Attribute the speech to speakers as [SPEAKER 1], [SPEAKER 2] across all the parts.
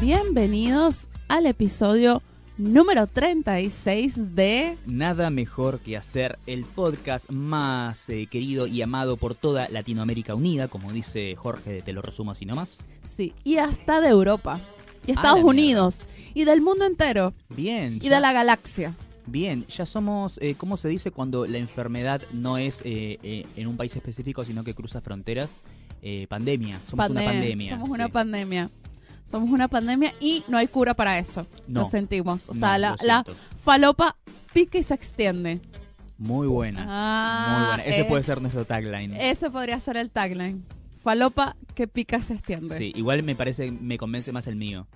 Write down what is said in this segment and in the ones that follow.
[SPEAKER 1] bienvenidos al episodio número 36 de...
[SPEAKER 2] Nada mejor que hacer el podcast más eh, querido y amado por toda Latinoamérica Unida, como dice Jorge de Te lo resumo así nomás.
[SPEAKER 1] Sí, y hasta de Europa, y
[SPEAKER 2] Ah, la
[SPEAKER 1] Estados
[SPEAKER 2] mierda.
[SPEAKER 1] Unidos, y del mundo entero,
[SPEAKER 2] Bien,
[SPEAKER 1] y
[SPEAKER 2] ya,
[SPEAKER 1] de la galaxia.
[SPEAKER 2] bien, ya somos, eh, ¿cómo se dice cuando la enfermedad no es eh, eh, en un país específico, sino que cruza fronteras? Eh, pandemia, somos
[SPEAKER 1] Pandem-
[SPEAKER 2] una pandemia.
[SPEAKER 1] Somos
[SPEAKER 2] sí.
[SPEAKER 1] una pandemia. Somos una pandemia y no hay cura para eso.
[SPEAKER 2] No.
[SPEAKER 1] Lo sentimos. O sea,
[SPEAKER 2] No,
[SPEAKER 1] la,
[SPEAKER 2] lo
[SPEAKER 1] la
[SPEAKER 2] siento.
[SPEAKER 1] falopa pica y se extiende.
[SPEAKER 2] Muy buena.
[SPEAKER 1] Ah,
[SPEAKER 2] Muy buena. Ese
[SPEAKER 1] eh,
[SPEAKER 2] puede ser nuestro tagline.
[SPEAKER 1] Ese podría ser el tagline. Falopa que pica y se extiende.
[SPEAKER 2] Sí, igual me parece, me convence más el mío.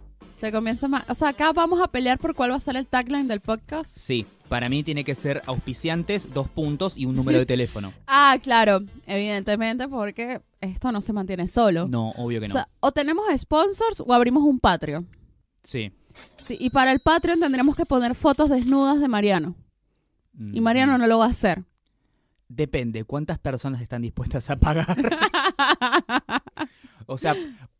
[SPEAKER 1] Te comienza más. O sea, acá vamos a pelear por cuál va a ser el tagline del podcast.
[SPEAKER 2] Sí, para mí tiene que ser auspiciantes, dos puntos y un número de teléfono.
[SPEAKER 1] Ah, claro, evidentemente, porque esto no se mantiene solo.
[SPEAKER 2] No, obvio que
[SPEAKER 1] O
[SPEAKER 2] no.
[SPEAKER 1] sea, o tenemos sponsors o abrimos un Patreon.
[SPEAKER 2] Sí.
[SPEAKER 1] Sí, y para el Patreon tendremos que poner fotos desnudas de Mariano.
[SPEAKER 2] Mm.
[SPEAKER 1] Y Mariano no lo va a hacer.
[SPEAKER 2] Depende, ¿cuántas personas están dispuestas a pagar? o sea,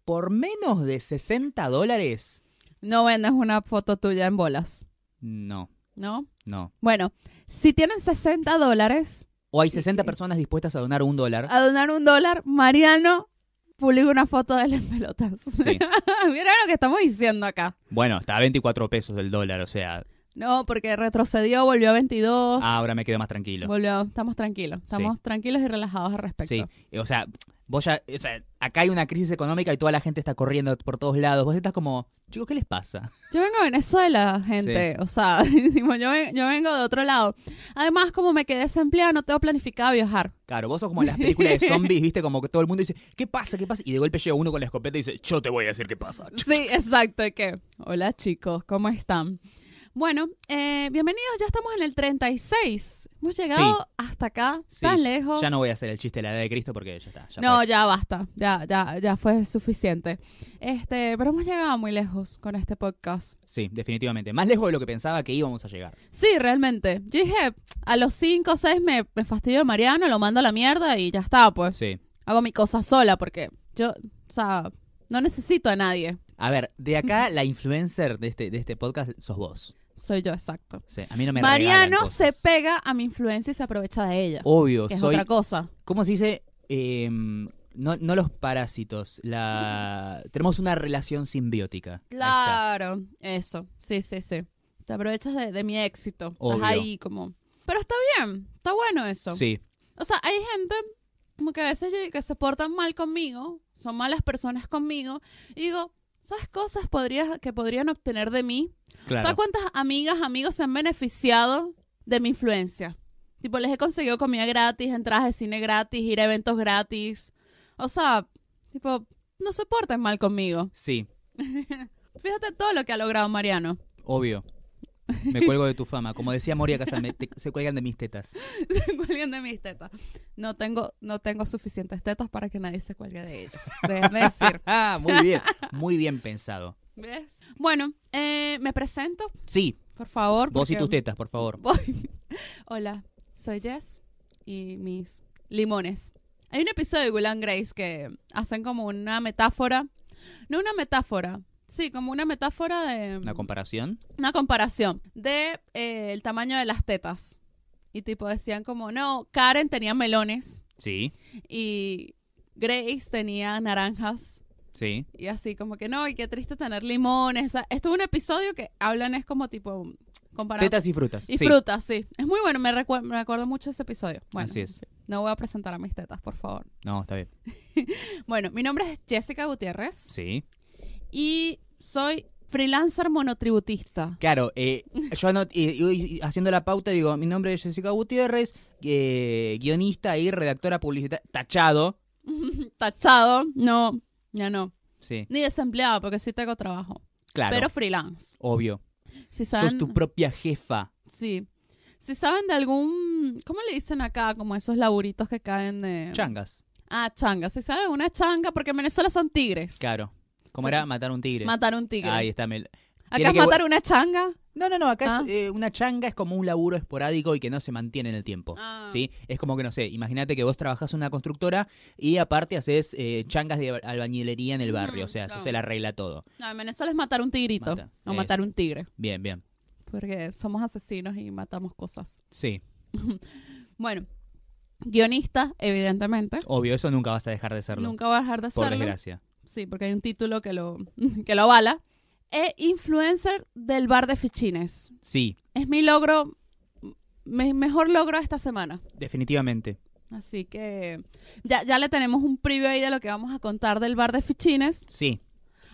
[SPEAKER 2] por menos de 60 dólares,
[SPEAKER 1] No vendes una foto tuya en bolas,
[SPEAKER 2] no,
[SPEAKER 1] ¿no?
[SPEAKER 2] no.
[SPEAKER 1] Bueno, si tienen 60 dólares,
[SPEAKER 2] O hay
[SPEAKER 1] Sí,
[SPEAKER 2] 60
[SPEAKER 1] sí.
[SPEAKER 2] personas dispuestas a donar un dólar.
[SPEAKER 1] a donar un dólar, Mariano publica una foto de las pelotas.
[SPEAKER 2] Sí.
[SPEAKER 1] Mira lo que estamos diciendo acá.
[SPEAKER 2] Bueno, está a 24 pesos el dólar, o sea,
[SPEAKER 1] No, porque retrocedió, volvió a 22.
[SPEAKER 2] ahora me quedo más tranquilo.
[SPEAKER 1] Volvió, estamos tranquilos, estamos tranquilos y relajados al respecto.
[SPEAKER 2] Sí, eh, o sea, vos ya, o sea, acá hay una crisis económica y toda la gente está corriendo por todos lados. Vos estás como, chicos, ¿qué les pasa?
[SPEAKER 1] Yo vengo de Venezuela, gente, o sea, digo, yo, ven- yo vengo de otro lado. Además, como me quedé desempleada, no tengo planificado viajar.
[SPEAKER 2] Claro, vos sos como en las películas de zombies, viste, como que todo el mundo dice, ¿qué pasa? ¿Qué pasa? Y de golpe llega uno con la escopeta y dice, yo te voy a decir qué pasa.
[SPEAKER 1] Sí, exacto, ¿y ¿qué? Hola chicos, ¿cómo están? Bueno, eh, bienvenidos, ya estamos en el 36. Hemos llegado hasta acá,
[SPEAKER 2] Sí,
[SPEAKER 1] tan lejos.
[SPEAKER 2] Ya no voy a hacer el chiste de la edad de Cristo porque ya está. Ya
[SPEAKER 1] No,
[SPEAKER 2] fue.
[SPEAKER 1] ya basta, ya, ya, ya fue suficiente. Este, pero hemos llegado muy lejos con este podcast.
[SPEAKER 2] Sí, definitivamente. Más lejos de lo que pensaba que íbamos a llegar.
[SPEAKER 1] Sí, realmente. Yo dije, a los 5 o 6 me, me fastidio de Mariano, lo mando a la mierda y ya está, pues.
[SPEAKER 2] Sí.
[SPEAKER 1] Hago mi cosa sola porque yo, o sea, no necesito a nadie.
[SPEAKER 2] A ver, de acá la influencer de este, de este podcast sos vos.
[SPEAKER 1] Soy yo, exacto.
[SPEAKER 2] Sí, a mí no me regalan
[SPEAKER 1] Mariano se
[SPEAKER 2] cosas.
[SPEAKER 1] pega a mi influencia y se aprovecha de ella.
[SPEAKER 2] Obvio,
[SPEAKER 1] que es
[SPEAKER 2] soy.
[SPEAKER 1] otra cosa.
[SPEAKER 2] ¿Cómo se dice? Eh, no, no los parásitos. La... Tenemos una relación simbiótica. Ahí está.
[SPEAKER 1] Claro, eso. Sí, sí, sí. Te aprovechas de, de mi éxito.
[SPEAKER 2] Obvio.
[SPEAKER 1] Estás ahí como... Pero está bien, está bueno eso.
[SPEAKER 2] Sí,
[SPEAKER 1] O sea, hay gente como que a veces yo- que se portan mal conmigo, son malas personas conmigo, y digo, ¿sabes cosas podrías, que podrían obtener de mí? ¿Sabes
[SPEAKER 2] claro.
[SPEAKER 1] cuántas amigas, amigos se han beneficiado de mi influencia? Tipo, les he conseguido comida gratis, entradas de cine gratis, ir a eventos gratis. O sea, tipo, no se portan mal conmigo.
[SPEAKER 2] Sí,
[SPEAKER 1] Fíjate todo lo que ha logrado Mariano.
[SPEAKER 2] obvio. Me cuelgo de tu fama. Como decía Moria Casalme, te- se cuelgan de mis tetas.
[SPEAKER 1] se cuelguen de mis tetas. No tengo, no tengo suficientes tetas para que nadie se cuelgue de ellas. Déjame decir.
[SPEAKER 2] Ah, muy bien. Muy bien pensado.
[SPEAKER 1] ¿Ves? Bueno, eh, me presento,
[SPEAKER 2] Sí,
[SPEAKER 1] por Mm. favor.
[SPEAKER 2] vos y
[SPEAKER 1] porque-
[SPEAKER 2] tus tetas, por favor.
[SPEAKER 1] Voy. Hola, soy Jess y mis limones. Hay un episodio de Will and Grace que hacen como una metáfora. No una metáfora. Sí, como una metáfora de...
[SPEAKER 2] Una comparación.
[SPEAKER 1] una comparación de eh, el tamaño de las tetas. Y tipo decían como, no, Karen tenía melones
[SPEAKER 2] Sí,
[SPEAKER 1] y Grace tenía naranjas.
[SPEAKER 2] sí.
[SPEAKER 1] Y así, como que no, y qué triste tener limones. O sea, esto es un episodio que hablan, es como tipo comparado.
[SPEAKER 2] Tetas y frutas.
[SPEAKER 1] y
[SPEAKER 2] sí.
[SPEAKER 1] frutas, sí. Es muy bueno, me, recu- me acuerdo mucho ese episodio. Bueno,
[SPEAKER 2] Así es.
[SPEAKER 1] No voy a presentar a mis tetas, por favor.
[SPEAKER 2] No, está bien.
[SPEAKER 1] Bueno, mi nombre es Jessica Gutiérrez
[SPEAKER 2] Sí.
[SPEAKER 1] y soy freelancer monotributista.
[SPEAKER 2] Claro, eh, yo anot- eh, yo- y- y haciendo la pauta digo, mi nombre es Jessica Gutiérrez, eh, guionista y redactora publicitaria, tachado.
[SPEAKER 1] Tachado, no, ya no.
[SPEAKER 2] Sí,
[SPEAKER 1] Ni desempleado, porque sí tengo trabajo.
[SPEAKER 2] claro,
[SPEAKER 1] Pero freelance.
[SPEAKER 2] obvio.
[SPEAKER 1] Si
[SPEAKER 2] Sos
[SPEAKER 1] saben,
[SPEAKER 2] tu propia jefa.
[SPEAKER 1] sí. Si saben de algún, ¿cómo le dicen acá? Como esos laburitos que caen de...
[SPEAKER 2] Changas,
[SPEAKER 1] Ah, changa. Si sale una changa, porque en Venezuela son tigres.
[SPEAKER 2] claro. ¿Cómo
[SPEAKER 1] Sí.
[SPEAKER 2] era matar un tigre?
[SPEAKER 1] Matar un tigre.
[SPEAKER 2] Ahí está. me-
[SPEAKER 1] Acá
[SPEAKER 2] tiene
[SPEAKER 1] es
[SPEAKER 2] que-
[SPEAKER 1] matar una changa.
[SPEAKER 2] No, no, no, acá
[SPEAKER 1] Ah.
[SPEAKER 2] es, eh, una changa es como un laburo esporádico y que no se mantiene en el tiempo.
[SPEAKER 1] Ah.
[SPEAKER 2] ¿Sí? Es como que, no sé, imagínate que vos trabajás en una constructora y aparte haces eh, changas de albañilería en el
[SPEAKER 1] Ujú,
[SPEAKER 2] barrio, o sea, se
[SPEAKER 1] claro.
[SPEAKER 2] se la arregla todo.
[SPEAKER 1] No, en Venezuela es matar un tigrito
[SPEAKER 2] Mata,
[SPEAKER 1] o
[SPEAKER 2] es.
[SPEAKER 1] matar un tigre,
[SPEAKER 2] Bien, bien.
[SPEAKER 1] porque somos asesinos y matamos cosas.
[SPEAKER 2] Sí,
[SPEAKER 1] Bueno, guionista, evidentemente.
[SPEAKER 2] obvio, eso nunca vas a dejar de serlo.
[SPEAKER 1] Nunca va a dejar de
[SPEAKER 2] por
[SPEAKER 1] hacerlo.
[SPEAKER 2] desgracia.
[SPEAKER 1] Sí, porque hay un título que lo, que lo avala. E influencer del bar de fichines.
[SPEAKER 2] Sí,
[SPEAKER 1] Es mi logro, mi mejor logro esta semana.
[SPEAKER 2] definitivamente.
[SPEAKER 1] Así que ya, ya le tenemos un preview ahí de lo que vamos a contar del bar de fichines.
[SPEAKER 2] Sí.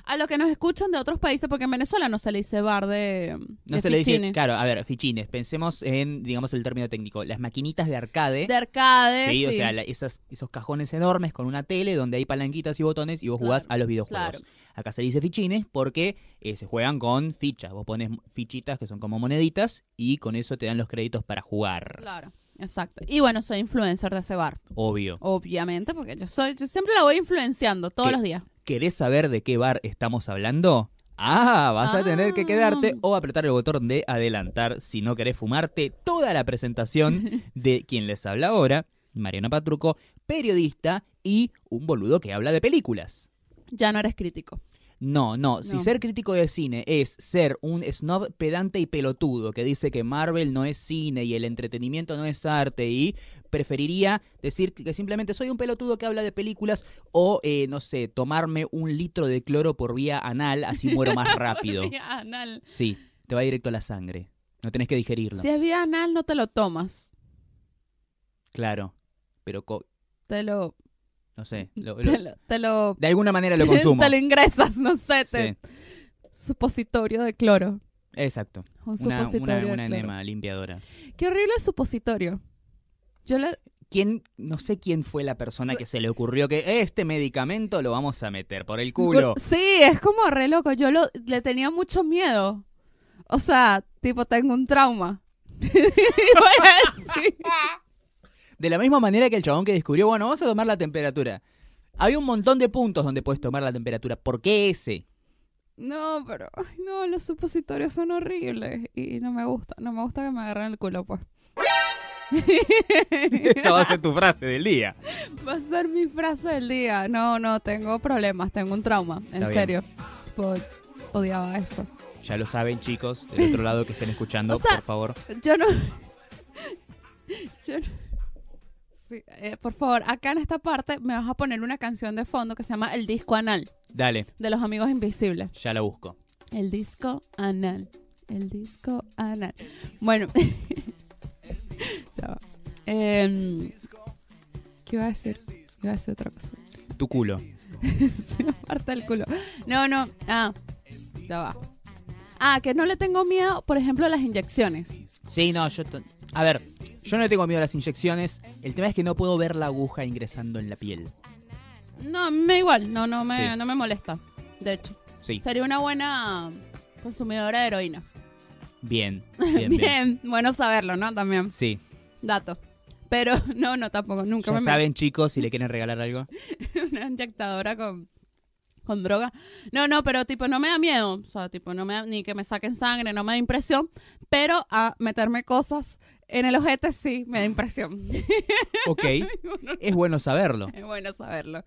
[SPEAKER 1] A lo que nos escuchan de otros países, porque en Venezuela no se le dice bar de.
[SPEAKER 2] No
[SPEAKER 1] de
[SPEAKER 2] se le dice,
[SPEAKER 1] fichines.
[SPEAKER 2] claro, a ver, fichines, pensemos en, digamos, el término técnico, las maquinitas de arcade.
[SPEAKER 1] De arcade.
[SPEAKER 2] Sí,
[SPEAKER 1] Sí,
[SPEAKER 2] o sea, la- esas- esos cajones enormes con una tele donde hay palanquitas y botones y vos jugás
[SPEAKER 1] Claro,
[SPEAKER 2] a los videojuegos.
[SPEAKER 1] claro.
[SPEAKER 2] Acá se dice fichines porque eh, se juegan con fichas. Vos pones fichitas que son como moneditas y con eso te dan los créditos para jugar.
[SPEAKER 1] Claro, exacto. Y bueno, soy influencer de ese bar,
[SPEAKER 2] Obvio.
[SPEAKER 1] obviamente, porque yo soy, yo siempre la voy influenciando todos
[SPEAKER 2] ¿Qué?
[SPEAKER 1] los días.
[SPEAKER 2] ¿Querés saber de qué bar estamos hablando? Ah, vas a tener que
[SPEAKER 1] Ah.
[SPEAKER 2] quedarte o apretar el botón de adelantar si no querés fumarte toda la presentación de quien les habla ahora, Mariana Patruco, periodista y un boludo que habla de películas.
[SPEAKER 1] Ya no eres crítico.
[SPEAKER 2] No, no, si
[SPEAKER 1] No.
[SPEAKER 2] ser crítico de cine es ser un snob pedante y pelotudo que dice que Marvel no es cine y el entretenimiento no es arte y preferiría decir que simplemente soy un pelotudo que habla de películas o, eh, no sé, tomarme un litro de cloro por vía anal, así muero más rápido.
[SPEAKER 1] Por vía anal.
[SPEAKER 2] Sí, te va directo a la sangre. No tenés que digerirlo.
[SPEAKER 1] Si es vía anal, no te lo tomas.
[SPEAKER 2] Claro, pero, co-
[SPEAKER 1] Te lo.
[SPEAKER 2] no sé, lo- lo-
[SPEAKER 1] Te lo. Te lo,
[SPEAKER 2] de alguna manera lo consumo.
[SPEAKER 1] te lo ingresas, no sé.
[SPEAKER 2] Sí,
[SPEAKER 1] Te, Supositorio de cloro.
[SPEAKER 2] exacto.
[SPEAKER 1] Un
[SPEAKER 2] Una, una-
[SPEAKER 1] supositorio. de
[SPEAKER 2] una
[SPEAKER 1] cloro.
[SPEAKER 2] enema limpiadora.
[SPEAKER 1] Qué horrible el supositorio. Yo le.
[SPEAKER 2] ¿Quién, no sé quién fue la persona
[SPEAKER 1] Sí.
[SPEAKER 2] que se le ocurrió que este medicamento lo vamos a meter por el culo?
[SPEAKER 1] Sí, es como re loco. Yo lo, le tenía mucho miedo. O sea, tipo, tengo un trauma. Y voy a decir-
[SPEAKER 2] De la misma manera que el chabón que descubrió, bueno, vamos a tomar la temperatura. Hay un montón de puntos donde puedes tomar la temperatura. ¿Por qué ese?
[SPEAKER 1] No, pero. ay, no, los supositorios son horribles. Y no me gusta. No me gusta que me agarren el culo, pues.
[SPEAKER 2] Esa va a ser tu frase del día.
[SPEAKER 1] Va a ser mi frase del día. No, no, tengo problemas, tengo un trauma, en
[SPEAKER 2] Está bien.
[SPEAKER 1] serio. Tipo, odiaba eso.
[SPEAKER 2] Ya lo saben, chicos, del otro lado que estén escuchando,
[SPEAKER 1] O sea-
[SPEAKER 2] por favor.
[SPEAKER 1] Yo no. Yo no- Sí, eh, por favor, acá en esta parte me vas a poner una canción de fondo que se llama El Disco Anal,
[SPEAKER 2] Dale,
[SPEAKER 1] de los amigos invisibles.
[SPEAKER 2] ya la busco.
[SPEAKER 1] El Disco Anal. El Disco Anal. Bueno. Ya va. Em, ¿Qué iba a decir? Iba a decir otra cosa.
[SPEAKER 2] Tu culo.
[SPEAKER 1] se me aparta el culo. No, no. Ah, ya va. Ah, que no le tengo miedo, por ejemplo, a las inyecciones.
[SPEAKER 2] Sí, no, yo... t- A ver, yo no le tengo miedo a las inyecciones. El tema es que no puedo ver la aguja ingresando en la piel.
[SPEAKER 1] No, me igual. No, no me,
[SPEAKER 2] Sí.
[SPEAKER 1] no me molesta. De hecho,
[SPEAKER 2] Sí,
[SPEAKER 1] sería una buena consumidora de heroína.
[SPEAKER 2] bien, bien,
[SPEAKER 1] bien,
[SPEAKER 2] bien.
[SPEAKER 1] bueno saberlo, ¿no? También,
[SPEAKER 2] Sí,
[SPEAKER 1] dato. Pero no, no, tampoco. Nunca
[SPEAKER 2] ya
[SPEAKER 1] me
[SPEAKER 2] saben, chicos, si le quieren regalar algo.
[SPEAKER 1] una inyectadora con, con droga. No, no, pero tipo no me da miedo, o sea, tipo no me da- ni que me saquen sangre, no me da impresión, pero a meterme cosas en el ojete sí me da impresión.
[SPEAKER 2] Ok. es bueno saberlo.
[SPEAKER 1] Es bueno saberlo.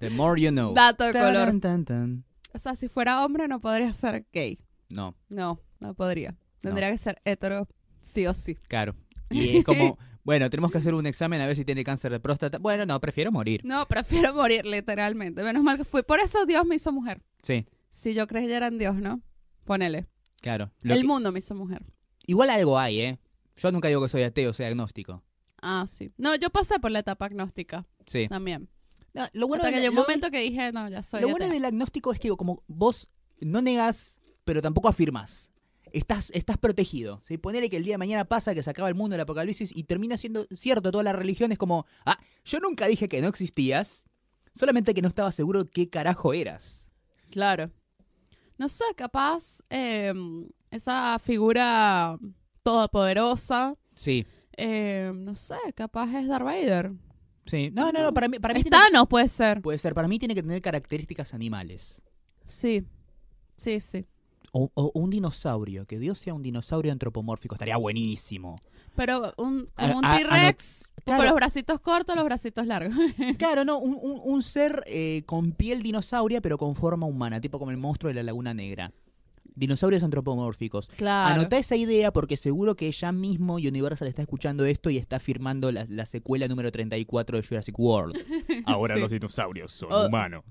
[SPEAKER 2] The more you know.
[SPEAKER 1] Dato de color.
[SPEAKER 2] Tan, tan, tan.
[SPEAKER 1] O sea, si fuera hombre no podría ser gay.
[SPEAKER 2] No,
[SPEAKER 1] No, no podría. Tendría que ser hetero sí o sí.
[SPEAKER 2] claro. Y es como, bueno, tenemos que hacer un examen a ver si tiene cáncer de próstata. Bueno, no, prefiero morir.
[SPEAKER 1] No, prefiero morir literalmente. Menos mal que fui. Por eso Dios me hizo mujer.
[SPEAKER 2] Sí,
[SPEAKER 1] Si yo creyera en Dios, ¿no? Ponele.
[SPEAKER 2] claro. Lo
[SPEAKER 1] el
[SPEAKER 2] que-
[SPEAKER 1] mundo me hizo mujer.
[SPEAKER 2] Igual algo hay, ¿eh? Yo nunca digo que soy ateo, soy agnóstico.
[SPEAKER 1] Ah, sí. No, yo pasé por la etapa agnóstica
[SPEAKER 2] Sí.
[SPEAKER 1] también.
[SPEAKER 2] No, lo
[SPEAKER 1] Hasta que
[SPEAKER 2] de-
[SPEAKER 1] llegó un
[SPEAKER 2] lo-
[SPEAKER 1] momento que dije, no, ya soy
[SPEAKER 2] lo bueno
[SPEAKER 1] atea.
[SPEAKER 2] del agnóstico es que como vos no negás, pero tampoco afirmás. Estás, estás protegido. ¿sí? Ponele que el día de mañana pasa que se acaba el mundo del apocalipsis y termina siendo cierto toda la religión. Es como, ah, yo nunca dije que no existías, solamente que no estaba seguro qué carajo eras.
[SPEAKER 1] Claro. No sé, capaz eh, esa figura todopoderosa,
[SPEAKER 2] Sí,
[SPEAKER 1] eh, no sé, capaz es Darth Vader.
[SPEAKER 2] sí. No, no, no, para mí, para mí
[SPEAKER 1] Es
[SPEAKER 2] tiene,
[SPEAKER 1] Thanos, puede ser.
[SPEAKER 2] puede ser, para mí tiene que tener características animales.
[SPEAKER 1] Sí, sí, sí.
[SPEAKER 2] O, o un dinosaurio, que Dios sea un dinosaurio antropomórfico, estaría buenísimo.
[SPEAKER 1] Pero un,
[SPEAKER 2] A-
[SPEAKER 1] como un
[SPEAKER 2] a-
[SPEAKER 1] T-Rex,
[SPEAKER 2] claro.
[SPEAKER 1] con los bracitos cortos, los bracitos largos.
[SPEAKER 2] Claro, no, un, un- un ser eh, con piel dinosauria, pero con forma humana, tipo como el monstruo de la Laguna Negra. Dinosaurios antropomórficos.
[SPEAKER 1] claro.
[SPEAKER 2] Anotá esa idea porque seguro que ya mismo Universal está escuchando esto y está firmando la, la secuela número 34 de Jurassic World. Ahora
[SPEAKER 1] Sí.
[SPEAKER 2] los dinosaurios son
[SPEAKER 1] Oh.
[SPEAKER 2] humanos.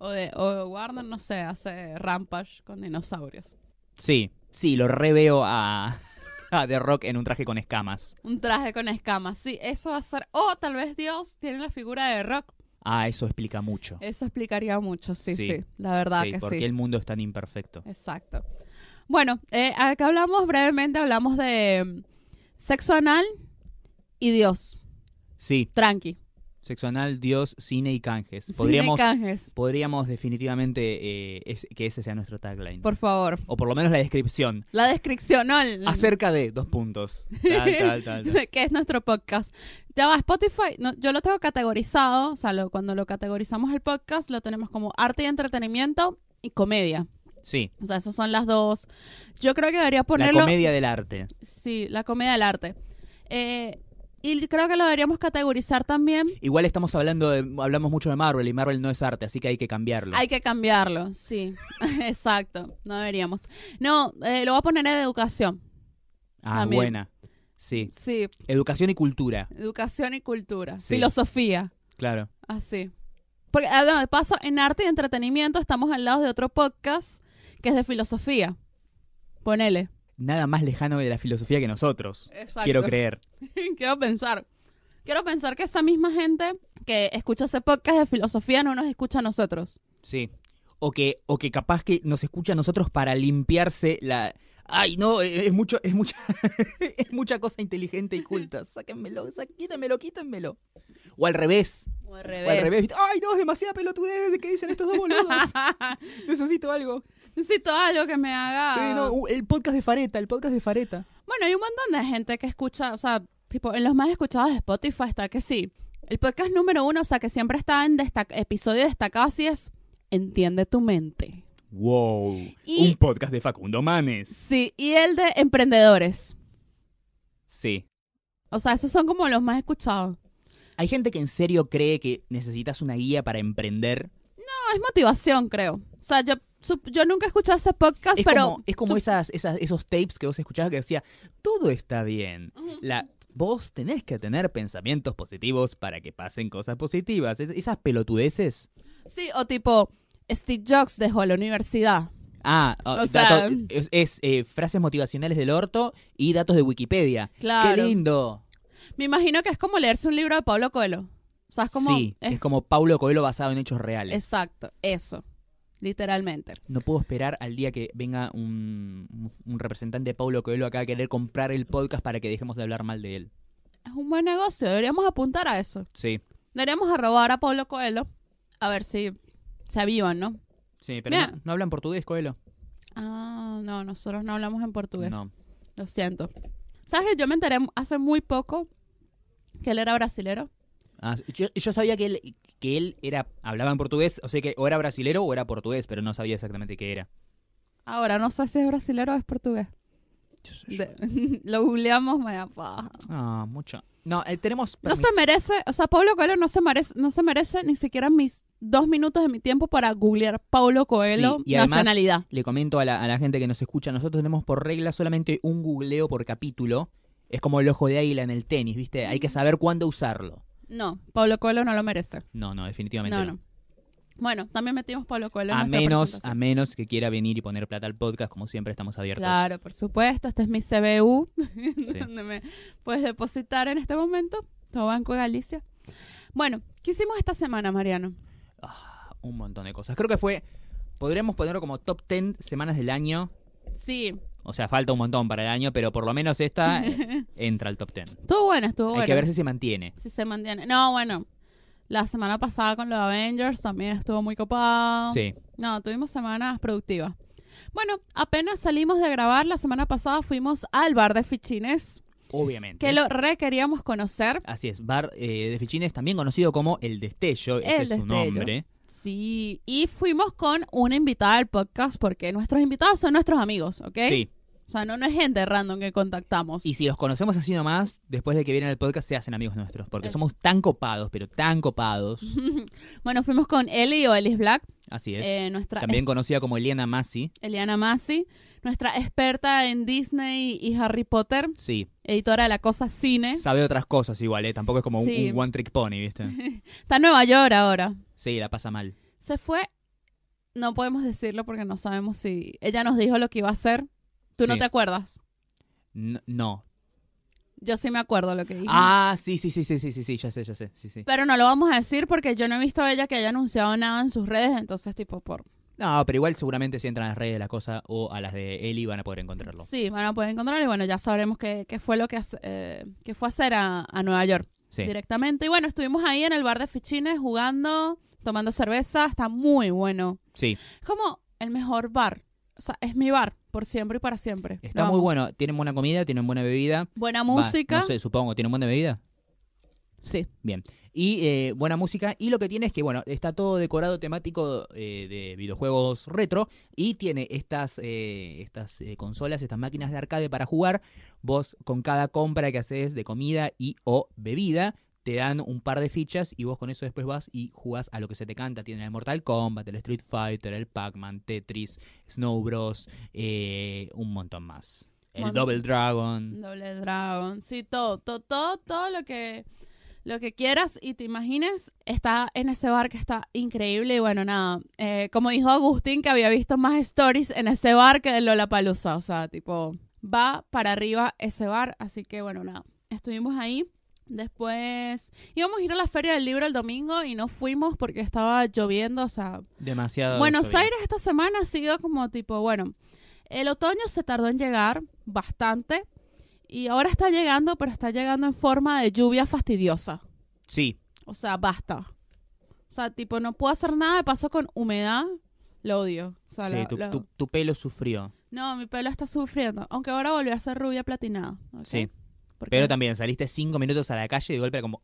[SPEAKER 1] O, de, o Warner, no sé, hace Rampage con dinosaurios.
[SPEAKER 2] Sí, sí, lo reveo a, a The Rock en un traje con escamas.
[SPEAKER 1] Un traje con escamas, sí, eso va a ser... O tal vez Dios tiene la figura de Rock.
[SPEAKER 2] Ah, eso explica mucho.
[SPEAKER 1] Eso explicaría mucho, sí,
[SPEAKER 2] Sí.
[SPEAKER 1] sí. La verdad
[SPEAKER 2] sí,
[SPEAKER 1] que
[SPEAKER 2] porque
[SPEAKER 1] sí.
[SPEAKER 2] el mundo es tan imperfecto.
[SPEAKER 1] Exacto. Bueno, eh, acá hablamos brevemente, hablamos de mm, sexo anal y Dios.
[SPEAKER 2] Sí,
[SPEAKER 1] Tranqui.
[SPEAKER 2] sexo anal, Dios, cine y canjes.
[SPEAKER 1] Sin
[SPEAKER 2] Podríamos,
[SPEAKER 1] canjes,
[SPEAKER 2] podríamos definitivamente eh, es- que ese sea nuestro tagline.
[SPEAKER 1] por Mm. favor.
[SPEAKER 2] O por lo menos la descripción.
[SPEAKER 1] La descripción, ¿no? El-
[SPEAKER 2] Acerca de dos puntos. Tal, tal, tal, tal.
[SPEAKER 1] que es nuestro podcast. Ya va, Spotify, no, yo lo tengo categorizado, o sea, lo- cuando lo categorizamos el podcast, lo tenemos como arte y entretenimiento y comedia.
[SPEAKER 2] Sí,
[SPEAKER 1] O sea, esas son las dos. Yo creo que debería ponerlo...
[SPEAKER 2] la comedia del arte.
[SPEAKER 1] Sí, la comedia del arte. Eh, y creo que lo deberíamos categorizar también.
[SPEAKER 2] Igual estamos hablando de, hablamos mucho de Marvel y Marvel no es arte, así que hay que cambiarlo.
[SPEAKER 1] Hay que cambiarlo, sí. Exacto, no deberíamos. No, eh, lo voy a poner en educación.
[SPEAKER 2] ah,
[SPEAKER 1] también.
[SPEAKER 2] buena. Sí,
[SPEAKER 1] Sí,
[SPEAKER 2] educación y cultura,
[SPEAKER 1] educación y cultura.
[SPEAKER 2] Sí.
[SPEAKER 1] Filosofía,
[SPEAKER 2] claro.
[SPEAKER 1] así. Porque, ah, no, de paso, en arte y entretenimiento estamos al lado de otro podcast que es de filosofía. Ponele.
[SPEAKER 2] nada más lejano de la filosofía que nosotros.
[SPEAKER 1] Exacto.
[SPEAKER 2] Quiero creer.
[SPEAKER 1] Quiero pensar. Quiero pensar que esa misma gente que escucha ese podcast de filosofía no nos escucha a nosotros.
[SPEAKER 2] Sí. O que, o que capaz que nos escucha a nosotros para limpiarse la. Ay, no, eh, es mucho, es mucha, es mucha cosa inteligente y culta. Sáquenmelo, sa- quítenmelo, quítenmelo. O al revés.
[SPEAKER 1] O al
[SPEAKER 2] O al revés. Ay, no, es demasiada pelotudez que dicen estos dos boludos. Necesito algo.
[SPEAKER 1] Necesito algo que me haga.
[SPEAKER 2] Sí, no, uh, el podcast de Fareta, el podcast de Fareta.
[SPEAKER 1] Bueno, hay un montón de gente que escucha, o sea, tipo, en los más escuchados de Spotify está que sí. El podcast número uno, o sea, que siempre está en destac- episodio destacado, así es, Entiende tu mente.
[SPEAKER 2] Wow.
[SPEAKER 1] Y-
[SPEAKER 2] podcast de Facundo Manes.
[SPEAKER 1] Sí, y el de emprendedores.
[SPEAKER 2] Sí.
[SPEAKER 1] O sea, esos son como los más escuchados.
[SPEAKER 2] Hay gente que en serio cree que necesitas una guía para emprender.
[SPEAKER 1] No, es motivación, creo. O sea, yo, sup- yo nunca he escuchado ese podcast,
[SPEAKER 2] Es
[SPEAKER 1] pero...
[SPEAKER 2] como, es como
[SPEAKER 1] sup-
[SPEAKER 2] esas, esas- esos tapes que vos escuchabas que decía, todo está bien.
[SPEAKER 1] Ujú.
[SPEAKER 2] La, vos tenés que tener pensamientos positivos para que pasen cosas positivas. Es- esas pelotudeces.
[SPEAKER 1] Sí, o tipo, Steve Jobs dejó la universidad.
[SPEAKER 2] Ah, ah,
[SPEAKER 1] O sea-
[SPEAKER 2] dato- es, es, eh, frases motivacionales del orto y datos de Wikipedia.
[SPEAKER 1] Claro.
[SPEAKER 2] ¡Qué lindo!
[SPEAKER 1] Me imagino que es como leerse un libro de Pablo Coelho. O sea, es como...
[SPEAKER 2] sí, es,
[SPEAKER 1] es-
[SPEAKER 2] como Paulo Coelho basado en hechos reales.
[SPEAKER 1] exacto, eso. Literalmente.
[SPEAKER 2] No puedo esperar al día que venga un, un- un representante de Paulo Coelho acá a querer comprar el podcast para que dejemos de hablar mal de él.
[SPEAKER 1] Es un buen negocio, deberíamos apuntar a eso.
[SPEAKER 2] Sí,
[SPEAKER 1] Deberíamos arrobar a Pablo Coelho a ver si se avivan, ¿no?
[SPEAKER 2] sí, pero
[SPEAKER 1] Mira.
[SPEAKER 2] no, no hablan portugués, Coelho.
[SPEAKER 1] Ah, no, nosotros no hablamos en portugués.
[SPEAKER 2] No.
[SPEAKER 1] Lo siento. ¿Sabes que yo me enteré hace muy poco que él era brasilero?
[SPEAKER 2] Ah, sí. yo, yo sabía que él, que él era, hablaba en portugués, o sea que o era brasilero o era portugués, pero no sabía exactamente qué era.
[SPEAKER 1] Ahora no sé si es brasilero o es portugués. De- lo googleamos, me da paja.
[SPEAKER 2] Ah, mucho. No, eh, tenemos...
[SPEAKER 1] No
[SPEAKER 2] permi-
[SPEAKER 1] se merece, o sea, Pablo Coelho no se merece, no se merece ni siquiera mis dos minutos de mi tiempo para googlear Pablo Coelho
[SPEAKER 2] Sí, y además-
[SPEAKER 1] nacionalidad.
[SPEAKER 2] Le comento a la, a la gente que nos escucha, nosotros tenemos por regla solamente un googleo por capítulo. Es como el ojo de águila en el tenis, ¿viste? Hay
[SPEAKER 1] Mm.
[SPEAKER 2] que saber cuándo usarlo.
[SPEAKER 1] No, Pablo Coelho no lo merece.
[SPEAKER 2] No, no, definitivamente
[SPEAKER 1] No,
[SPEAKER 2] no.
[SPEAKER 1] no. Bueno, también metimos Pablo Coelho. en
[SPEAKER 2] A
[SPEAKER 1] nuestra
[SPEAKER 2] menos,
[SPEAKER 1] presentación.
[SPEAKER 2] a menos que quiera venir y poner plata al podcast, como siempre estamos abiertos.
[SPEAKER 1] Claro, por supuesto. Este es mi CBU,
[SPEAKER 2] Sí.
[SPEAKER 1] donde me puedes depositar en este momento. Tu Banco de Galicia. Bueno, ¿qué hicimos esta semana, Mariano?
[SPEAKER 2] Ah, Un montón de cosas. Creo que fue... Podríamos ponerlo como top 10 semanas del año.
[SPEAKER 1] Sí,
[SPEAKER 2] O sea, falta un montón para el año, pero por lo menos esta eh, entra al top 10.
[SPEAKER 1] estuvo bueno, estuvo bueno.
[SPEAKER 2] Hay que ver si se mantiene.
[SPEAKER 1] si se mantiene. No, bueno, la semana pasada con los Avengers también estuvo muy copado.
[SPEAKER 2] Sí.
[SPEAKER 1] No, tuvimos semanas productivas. Bueno, apenas salimos de grabar la semana pasada, fuimos al bar de fichines,
[SPEAKER 2] Obviamente.
[SPEAKER 1] que lo requeríamos conocer.
[SPEAKER 2] Así es, Bar eh, de Fichines, también conocido como El Destello, ese
[SPEAKER 1] El
[SPEAKER 2] es su
[SPEAKER 1] Destello.
[SPEAKER 2] nombre.
[SPEAKER 1] Sí, y fuimos con una invitada al podcast porque nuestros invitados son nuestros amigos, ¿ok?
[SPEAKER 2] Sí.
[SPEAKER 1] O sea, no, no es gente random que contactamos.
[SPEAKER 2] Y si los conocemos así nomás, después de que vienen al podcast se hacen amigos nuestros, porque
[SPEAKER 1] Es-
[SPEAKER 2] somos tan copados, pero tan copados.
[SPEAKER 1] Bueno, fuimos con Eli o Elis Black,
[SPEAKER 2] Así es.
[SPEAKER 1] eh, nuestra
[SPEAKER 2] También conocida como Eliana Massi.
[SPEAKER 1] Eliana Masi, nuestra experta en Disney y Harry Potter,
[SPEAKER 2] Sí,
[SPEAKER 1] editora de La Cosa Cine.
[SPEAKER 2] sabe otras cosas igual, ¿eh? Tampoco es como un-
[SPEAKER 1] ¿Eh? Sí.
[SPEAKER 2] un one trick pony, ¿viste?
[SPEAKER 1] Está en Nueva York ahora.
[SPEAKER 2] Sí, la pasa mal.
[SPEAKER 1] Se fue, no podemos decirlo porque no sabemos si... Ella nos dijo lo que iba a hacer. ¿Tú no
[SPEAKER 2] Sí.
[SPEAKER 1] te acuerdas?
[SPEAKER 2] N- No.
[SPEAKER 1] Yo sí me acuerdo lo que dijo.
[SPEAKER 2] Ah, sí, sí, sí, sí, sí, sí, sí, ya sé, ya sé, sí, sí.
[SPEAKER 1] Pero no lo vamos a decir porque yo no he visto a ella que haya anunciado nada en sus redes, entonces tipo por...
[SPEAKER 2] No, pero igual seguramente si entran a las redes de la cosa o a las de Eli van a poder encontrarlo.
[SPEAKER 1] Sí, van a poder encontrarlo y bueno, ya sabremos qué, qué fue lo que, hace- eh, qué fue a hacer a, a Nueva York
[SPEAKER 2] Sí.
[SPEAKER 1] directamente. Y bueno, estuvimos ahí en el bar de Fichines jugando, tomando cerveza, está muy bueno.
[SPEAKER 2] Sí,
[SPEAKER 1] Es como el mejor bar, o sea, es mi bar, por siempre y para siempre.
[SPEAKER 2] está
[SPEAKER 1] Lo
[SPEAKER 2] muy
[SPEAKER 1] amo.
[SPEAKER 2] bueno. Tienen buena comida, tienen buena bebida.
[SPEAKER 1] Buena
[SPEAKER 2] Va,
[SPEAKER 1] música,
[SPEAKER 2] no sé, supongo, ¿tienen buena bebida?
[SPEAKER 1] sí.
[SPEAKER 2] Bien. Y eh, buena música. Y lo que tiene es que, bueno, está todo decorado temático eh, de videojuegos retro. Y tiene estas, eh, estas eh, consolas, estas máquinas de arcade para jugar. Vos con cada compra que haces de comida y o bebida, te dan un par de fichas y vos con eso después vas y jugás a lo que se te canta. Tienen el Mortal Kombat, el Street Fighter, el Pac-Man, Tetris, Snow Bros, eh, un montón más. El
[SPEAKER 1] Mon-
[SPEAKER 2] Double Dragon.
[SPEAKER 1] Doble Dragon, sí, todo, todo, todo, todo lo que lo que quieras y te imagines está en ese bar que está increíble y bueno, nada, eh, como dijo Agustín que había visto más stories en ese bar que en Lollapalooza, o sea, tipo va para arriba ese bar, así que bueno, nada, estuvimos ahí. Después íbamos a ir a la feria del libro el domingo y no fuimos porque estaba lloviendo, o sea,
[SPEAKER 2] Demasiado.
[SPEAKER 1] Buenos
[SPEAKER 2] soberbio.
[SPEAKER 1] Aires esta semana ha sido como tipo, bueno, el otoño se tardó en llegar bastante y ahora está llegando, pero está llegando en forma de lluvia fastidiosa.
[SPEAKER 2] Sí.
[SPEAKER 1] O sea, basta. O sea, tipo, no puedo hacer nada de paso con humedad. Lo odio. O sea,
[SPEAKER 2] sí,
[SPEAKER 1] lo-
[SPEAKER 2] tu,
[SPEAKER 1] lo-
[SPEAKER 2] tu- tu pelo sufrió.
[SPEAKER 1] No, mi pelo está sufriendo. Aunque ahora volvió a ser rubia platinada. ¿ok?
[SPEAKER 2] Sí.
[SPEAKER 1] Porque-
[SPEAKER 2] Pero también saliste cinco minutos a la calle y de golpe era como.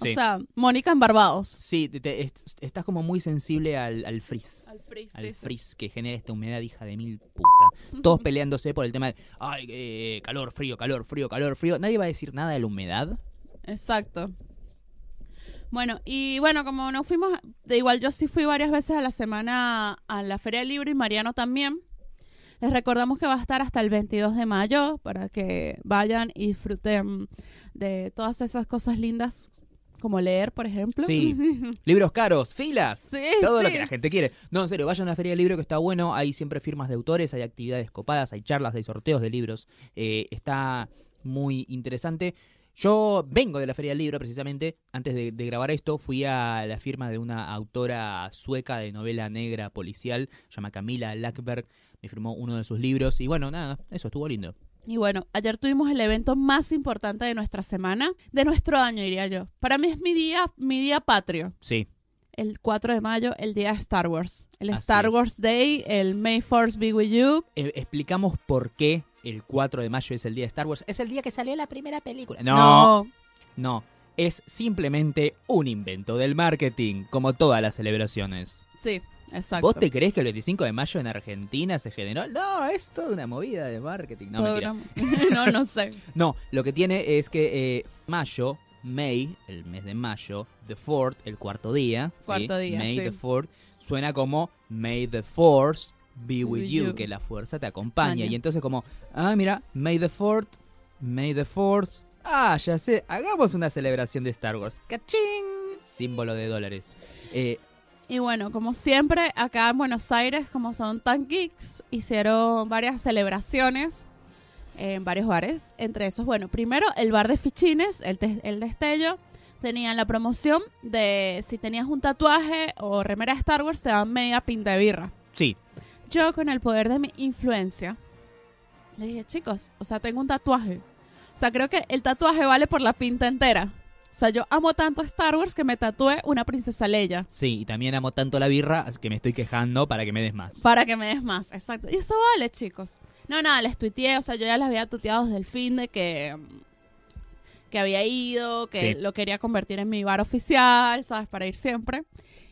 [SPEAKER 1] O
[SPEAKER 2] Sí.
[SPEAKER 1] sea, Mónica en Barbados.
[SPEAKER 2] Sí, te- te- est- estás como muy sensible al, al frizz.
[SPEAKER 1] Al frizz,
[SPEAKER 2] Al
[SPEAKER 1] sí, sí.
[SPEAKER 2] frizz que genera esta humedad, hija de mil puta. Todos peleándose por el tema de. Ay, eh, calor, frío, calor, frío, calor, frío. Nadie va a decir nada de la humedad.
[SPEAKER 1] Exacto. Bueno, y bueno, como no fuimos, de igual yo sí fui varias veces a la semana a la Feria del Libro y Mariano también. Les recordamos que va a estar hasta el 22 de mayo para que vayan y disfruten de todas esas cosas lindas, como leer, por ejemplo.
[SPEAKER 2] Sí. Libros caros, filas.
[SPEAKER 1] Sí,
[SPEAKER 2] Todo lo
[SPEAKER 1] sí.
[SPEAKER 2] que la gente quiere. No, en serio, vayan a la Feria del Libro que está bueno. Hay siempre firmas de autores, hay actividades copadas, hay charlas, hay sorteos de libros. Eh, está muy interesante. Yo vengo de la Feria del Libro precisamente. Antes de, de grabar esto, fui a la firma de una autora sueca de novela negra policial, se llama Camila Lackberg. Me firmó uno de sus libros y bueno, nada, eso estuvo lindo.
[SPEAKER 1] Y bueno, ayer tuvimos el evento más importante de nuestra semana, de nuestro año, diría yo. Para mí es mi día, mi día patrio.
[SPEAKER 2] Sí,
[SPEAKER 1] el 4 de mayo, el día de Star Wars. El
[SPEAKER 2] Así
[SPEAKER 1] Star
[SPEAKER 2] es.
[SPEAKER 1] Wars Day, el May Force Be With You.
[SPEAKER 2] Eh, explicamos por qué el 4 de mayo es el día de Star Wars. Es el día que salió la primera película. No, es simplemente un invento del marketing, como todas las celebraciones.
[SPEAKER 1] Sí, exacto.
[SPEAKER 2] ¿Vos te crees que el 25 de mayo en Argentina se generó? No, es toda una movida de marketing. No, mentira.
[SPEAKER 1] Programa- no, no sé.
[SPEAKER 2] No, lo que tiene es que eh, mayo, May, el mes de mayo, the fourth, el cuarto día. ¿sí?
[SPEAKER 1] Cuarto día,
[SPEAKER 2] May
[SPEAKER 1] sí.
[SPEAKER 2] the fourth, suena como May the force be with
[SPEAKER 1] With
[SPEAKER 2] you,
[SPEAKER 1] you.
[SPEAKER 2] que la fuerza te acompaña.
[SPEAKER 1] Acompaña.
[SPEAKER 2] Y entonces como, ah, mira, May the fourth, May the force. Ah, ya sé, hagamos una celebración de Star Wars. ¡Cachín! Símbolo de dólares. Eh,
[SPEAKER 1] Y bueno, como siempre, acá en Buenos Aires, como son tan geeks, hicieron varias celebraciones en varios bares. Entre esos, bueno, primero el bar de fichines, el, te- el destello. Tenían la promoción de si tenías un tatuaje o remera de Star Wars, te daban media pinta de birra.
[SPEAKER 2] sí,
[SPEAKER 1] yo con el poder de mi influencia, le dije, chicos, o sea, tengo un tatuaje. O sea, creo que el tatuaje vale por la pinta entera. O sea, yo amo tanto a Star Wars que me tatué una princesa Leia.
[SPEAKER 2] sí, y también amo tanto la birra, así que me estoy quejando para que me des más.
[SPEAKER 1] Para que me des más, exacto. Y eso vale, chicos. No, nada, les tuiteé, o sea, yo ya les había tuiteado desde el fin de que... mm, que había ido, que
[SPEAKER 2] Sí.
[SPEAKER 1] lo quería convertir en mi bar oficial, ¿sabes? Para ir siempre.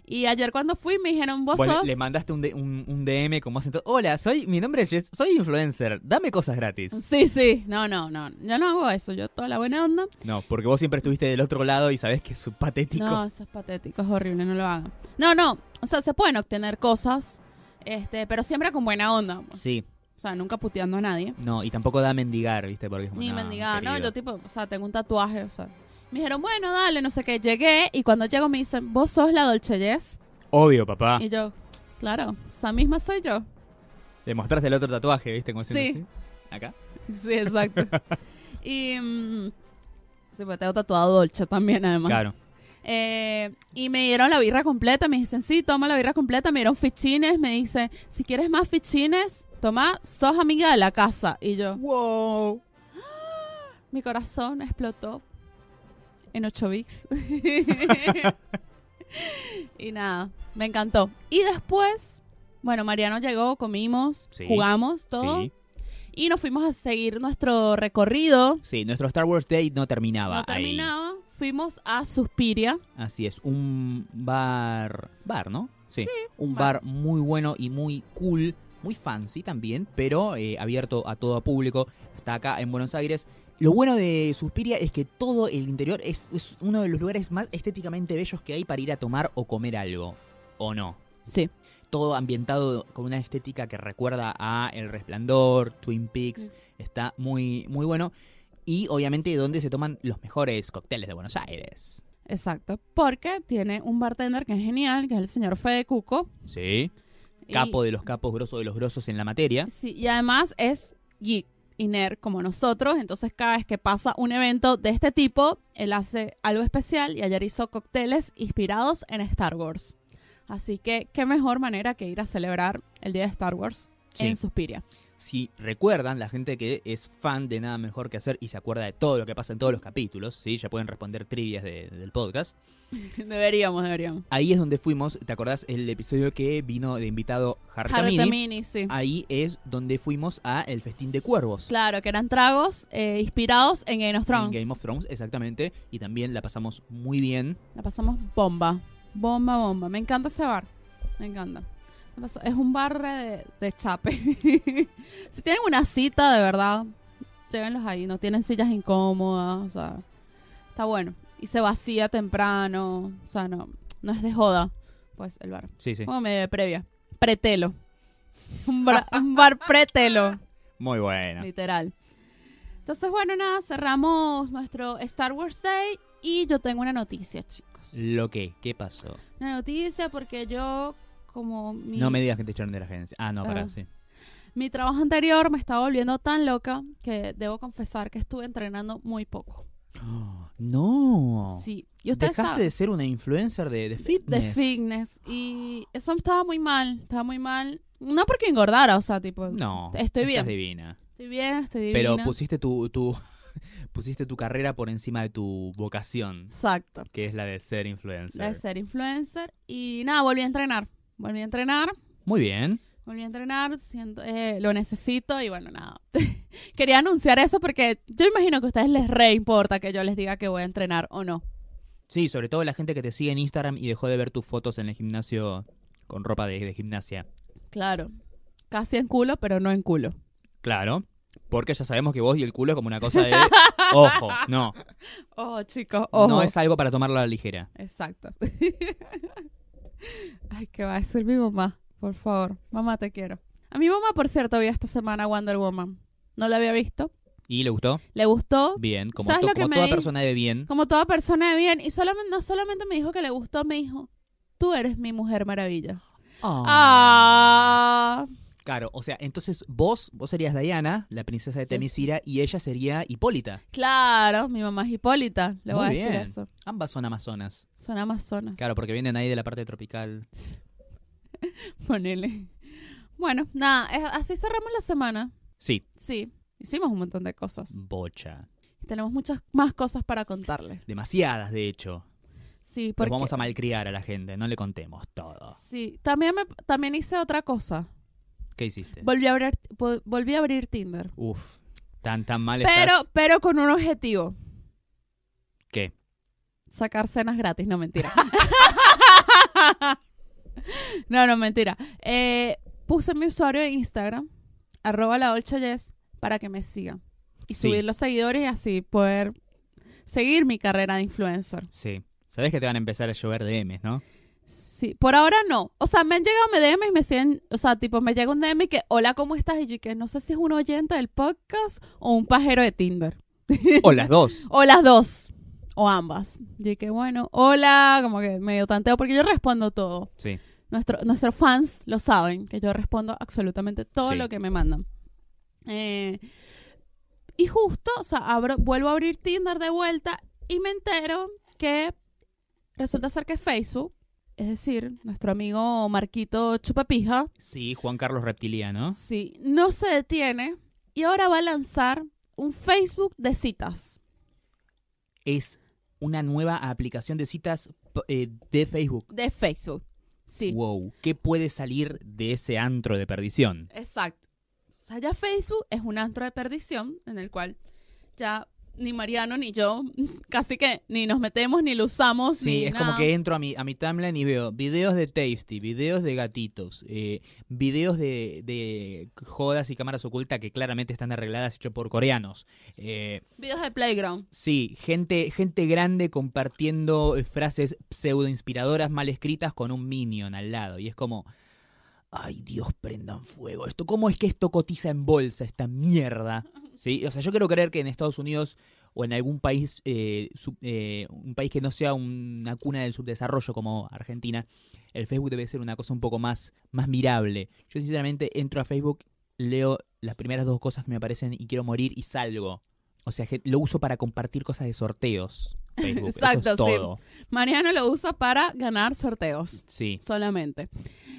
[SPEAKER 1] Y ayer cuando fui me dijeron, vos
[SPEAKER 2] Bueno,
[SPEAKER 1] sos...
[SPEAKER 2] le mandaste un, de- un- un DM como hacen todos. Hola, soy, mi nombre es Jess, soy influencer, dame cosas gratis.
[SPEAKER 1] Sí, sí, no, no, no, yo no hago eso, yo toda la buena onda.
[SPEAKER 2] No, porque vos siempre estuviste del otro lado y sabés que es un patético.
[SPEAKER 1] No, eso es patético, es horrible, no lo hagan. No, no, o sea, se pueden obtener cosas, este, pero siempre con buena onda, o
[SPEAKER 2] Sí,
[SPEAKER 1] sea, nunca puteando a nadie.
[SPEAKER 2] no, y tampoco da a mendigar, ¿viste? Porque es como,
[SPEAKER 1] Ni
[SPEAKER 2] no,
[SPEAKER 1] mendigar, no,
[SPEAKER 2] querido.
[SPEAKER 1] yo tipo, o sea, tengo un tatuaje, o sea. Me dijeron, bueno, dale, no sé qué. Llegué y cuando llego me dicen, vos sos la Dolce Jess.
[SPEAKER 2] Obvio, papá.
[SPEAKER 1] Y yo, claro, esa misma soy yo.
[SPEAKER 2] Le mostraste el otro tatuaje, ¿viste? Como
[SPEAKER 1] Sí.
[SPEAKER 2] haciendo así. Acá.
[SPEAKER 1] Sí, exacto. y. mm, sí, pues tengo tatuado Dolce también, además.
[SPEAKER 2] Claro.
[SPEAKER 1] Eh, y me dieron la birra completa. Me dicen, sí, toma la birra completa. Me dieron fichines. Me dicen, si quieres más fichines, toma, sos amiga de la casa. Y yo,
[SPEAKER 2] Wow.
[SPEAKER 1] mi corazón explotó en 8 bits. y nada, me encantó. Y después, bueno, Mariano llegó, comimos,
[SPEAKER 2] Sí.
[SPEAKER 1] jugamos todo.
[SPEAKER 2] Sí.
[SPEAKER 1] Y nos fuimos a seguir nuestro recorrido.
[SPEAKER 2] Sí, nuestro Star Wars Day no terminaba
[SPEAKER 1] No
[SPEAKER 2] Ah, ahí.
[SPEAKER 1] terminaba. Fuimos a Suspiria.
[SPEAKER 2] Así es, un bar. Bar, ¿no?
[SPEAKER 1] Sí,
[SPEAKER 2] Un
[SPEAKER 1] bar.
[SPEAKER 2] bar muy bueno y muy cool, muy fancy también, pero eh, abierto a todo público. Está acá en Buenos Aires. Lo bueno de Suspiria es que todo el interior es, es uno de los lugares más estéticamente bellos que hay para ir a tomar o comer algo. ¿O no?
[SPEAKER 1] Sí.
[SPEAKER 2] Todo ambientado con una estética que recuerda a El Resplandor, Twin Peaks. Está muy, muy bueno. Y obviamente donde se toman los mejores cócteles de Buenos Aires.
[SPEAKER 1] Exacto. Porque tiene un bartender que es genial, que es el señor Fede Cuco.
[SPEAKER 2] Sí.
[SPEAKER 1] Y-
[SPEAKER 2] Capo de los capos, grosso de los grosos en la materia.
[SPEAKER 1] Sí, y además es geek y nerd como nosotros, entonces cada vez que pasa un evento de este tipo, él hace algo especial y ayer hizo cócteles inspirados en Star Wars. Así que qué mejor manera que ir a celebrar el día de Star Wars
[SPEAKER 2] Sí.
[SPEAKER 1] en Suspiria.
[SPEAKER 2] Si recuerdan, la gente que es fan de nada mejor que hacer y se acuerda de todo lo que pasa en todos los capítulos, ¿sí? ya pueden responder trivias de- del podcast.
[SPEAKER 1] deberíamos, deberíamos.
[SPEAKER 2] Ahí es donde fuimos, ¿te acordás el episodio que vino de invitado Harry
[SPEAKER 1] Harry
[SPEAKER 2] Tamini?
[SPEAKER 1] Tamini, sí.
[SPEAKER 2] Ahí es donde fuimos a el festín de cuervos.
[SPEAKER 1] Claro, que eran tragos eh, inspirados en Game of Thrones.
[SPEAKER 2] En Game of Thrones, exactamente. Y también la pasamos muy bien.
[SPEAKER 1] La pasamos bomba. Bomba, bomba. Me encanta ese bar. Me encanta. La paso- Es un bar de, de chape. si tienen una cita, de verdad, llévenlos ahí. No tienen sillas incómodas. O sea, está bueno. Y se vacía temprano. O sea, no, no es de joda. Pues el bar.
[SPEAKER 2] Sí, sí.
[SPEAKER 1] Como medio de previa. Pretelo. Un, bra- un bar pretelo.
[SPEAKER 2] Muy buena.
[SPEAKER 1] Literal. Entonces, bueno, nada, cerramos nuestro Star Wars Day. Y yo tengo una noticia, chicos
[SPEAKER 2] ¿Lo que ¿Qué pasó?
[SPEAKER 1] una noticia porque yo, como mi,
[SPEAKER 2] No me digas que te echaron de la agencia. Ah, no, pará,
[SPEAKER 1] Ah.
[SPEAKER 2] sí.
[SPEAKER 1] mi trabajo anterior me estaba volviendo tan loca que debo confesar que estuve entrenando muy poco.
[SPEAKER 2] No.
[SPEAKER 1] Sí, y ustedes
[SPEAKER 2] Dejaste
[SPEAKER 1] saben,
[SPEAKER 2] de ser una influencer de, de fitness.
[SPEAKER 1] de fitness. Y eso estaba muy mal, estaba muy mal. No porque engordara, o sea, tipo,
[SPEAKER 2] No.
[SPEAKER 1] Estoy
[SPEAKER 2] estás
[SPEAKER 1] bien.
[SPEAKER 2] divina.
[SPEAKER 1] estoy bien, estoy divina.
[SPEAKER 2] Pero pusiste tu, tu pusiste tu carrera por encima de tu vocación,
[SPEAKER 1] Exacto,
[SPEAKER 2] que es la de ser influencer.
[SPEAKER 1] la de ser influencer. Y nada, volví a entrenar, volví a entrenar.
[SPEAKER 2] Muy bien.
[SPEAKER 1] Volví a entrenar, siento, eh, lo necesito y bueno, nada. Quería anunciar eso porque yo imagino que a ustedes les re importa que yo les diga que voy a entrenar o no.
[SPEAKER 2] Sí, sobre todo la gente que te sigue en Instagram y dejó de ver tus fotos en el gimnasio con ropa de, de gimnasia.
[SPEAKER 1] Claro. Casi en culo, pero no en culo.
[SPEAKER 2] Claro. Porque ya sabemos que vos y el culo es como una cosa de ojo, no,
[SPEAKER 1] Ojo, chicos, ojo.
[SPEAKER 2] no es algo para tomarlo a la ligera.
[SPEAKER 1] Exacto. Ay, ¿qué va a decir mi mamá? Por favor. Mamá, te quiero. A mi mamá, por cierto, vio esta semana Wonder Woman. No la había visto.
[SPEAKER 2] ¿Y le gustó?
[SPEAKER 1] Le gustó.
[SPEAKER 2] Bien, como,
[SPEAKER 1] ¿Sabes
[SPEAKER 2] to-
[SPEAKER 1] lo que
[SPEAKER 2] como
[SPEAKER 1] me
[SPEAKER 2] toda
[SPEAKER 1] di-
[SPEAKER 2] persona de bien.
[SPEAKER 1] Como toda persona de bien. Y solamente, no solamente me dijo que le gustó, me dijo, tú eres mi mujer maravilla. Ah.
[SPEAKER 2] Claro, o sea, entonces vos, vos serías Diana, la princesa de
[SPEAKER 1] Sí,
[SPEAKER 2] Temisira, y ella sería Hipólita.
[SPEAKER 1] Claro, mi mamá es Hipólita, le
[SPEAKER 2] Muy
[SPEAKER 1] voy a
[SPEAKER 2] bien.
[SPEAKER 1] decir eso.
[SPEAKER 2] Ambas son amazonas.
[SPEAKER 1] Son amazonas,
[SPEAKER 2] Claro, porque vienen ahí de la parte tropical.
[SPEAKER 1] ponele. Bueno, nada, es- así cerramos la semana.
[SPEAKER 2] Sí,
[SPEAKER 1] Sí, hicimos un montón de cosas.
[SPEAKER 2] bocha.
[SPEAKER 1] Tenemos muchas más cosas para contarles.
[SPEAKER 2] Demasiadas, de hecho.
[SPEAKER 1] Sí,
[SPEAKER 2] Nos
[SPEAKER 1] porque...
[SPEAKER 2] vamos a malcriar a la gente, no le contemos todo.
[SPEAKER 1] Sí, también, me- también hice otra cosa.
[SPEAKER 2] ¿Qué hiciste?
[SPEAKER 1] Volví a abrir, vol- volví a abrir Tinder.
[SPEAKER 2] Uf, tan tan mal
[SPEAKER 1] Pero,
[SPEAKER 2] estás.
[SPEAKER 1] pero con un objetivo.
[SPEAKER 2] ¿Qué?
[SPEAKER 1] Sacar cenas gratis, no mentira. no, no mentira. Eh, puse mi usuario en Instagram, arroba la Dolce Jess, para que me sigan. Y
[SPEAKER 2] Sí.
[SPEAKER 1] subir los seguidores y así poder seguir mi carrera de influencer.
[SPEAKER 2] Sí. Sabes que te van a empezar a llover DMs, ¿no?
[SPEAKER 1] Sí, por ahora no. O sea, me han llegado me DM y me siguen, o sea, tipo, me llega un DM que, hola, ¿cómo estás? Y yo que no sé si es un oyente del podcast o un pajero de Tinder.
[SPEAKER 2] O las dos.
[SPEAKER 1] O las dos. O ambas. Yo que bueno, hola, como que medio tanteo, porque yo respondo todo.
[SPEAKER 2] Sí.
[SPEAKER 1] Nuestro, nuestros fans lo saben, que yo respondo absolutamente todo
[SPEAKER 2] Sí.
[SPEAKER 1] lo que me mandan. Eh, y justo, o sea, abro- vuelvo a abrir Tinder de vuelta y me entero que resulta ser que Facebook, es decir, nuestro amigo Marquito Chupapija,
[SPEAKER 2] Sí, Juan Carlos Reptiliano.
[SPEAKER 1] sí, no se detiene y ahora va a lanzar un Facebook de citas.
[SPEAKER 2] Es una nueva aplicación de citas p- eh, de Facebook.
[SPEAKER 1] De Facebook. Sí.
[SPEAKER 2] Wow. ¿Qué puede salir de ese antro de perdición?
[SPEAKER 1] Exacto. O sea, ya Facebook es un antro de perdición en el cual ya ni Mariano ni yo casi que ni nos metemos ni lo usamos.
[SPEAKER 2] Sí,
[SPEAKER 1] ni
[SPEAKER 2] es
[SPEAKER 1] nada.
[SPEAKER 2] como que entro a mi, a mi timeline y veo videos de Tasty, videos de gatitos, eh, videos de, de jodas y cámaras ocultas que claramente están arregladas, hechas por coreanos. Eh,
[SPEAKER 1] Videos de Playground.
[SPEAKER 2] Sí, gente, gente grande compartiendo eh, frases pseudo inspiradoras mal escritas con un minion al lado. Y es como. Ay, Dios, prendan fuego. Esto, ¿cómo es que esto cotiza en bolsa, esta mierda? Sí, o sea, yo quiero creer que en Estados Unidos o en algún país, eh, sub- eh, un país que no sea una cuna del subdesarrollo como Argentina, el Facebook debe ser una cosa un poco más, más mirable. Yo sinceramente entro a Facebook, leo las primeras dos cosas que me aparecen y quiero morir y salgo. O sea, que lo uso para compartir cosas de sorteos. Facebook. Eso
[SPEAKER 1] Exacto,
[SPEAKER 2] es
[SPEAKER 1] sí.
[SPEAKER 2] todo.
[SPEAKER 1] Mariano lo usa para ganar sorteos
[SPEAKER 2] Sí.
[SPEAKER 1] solamente.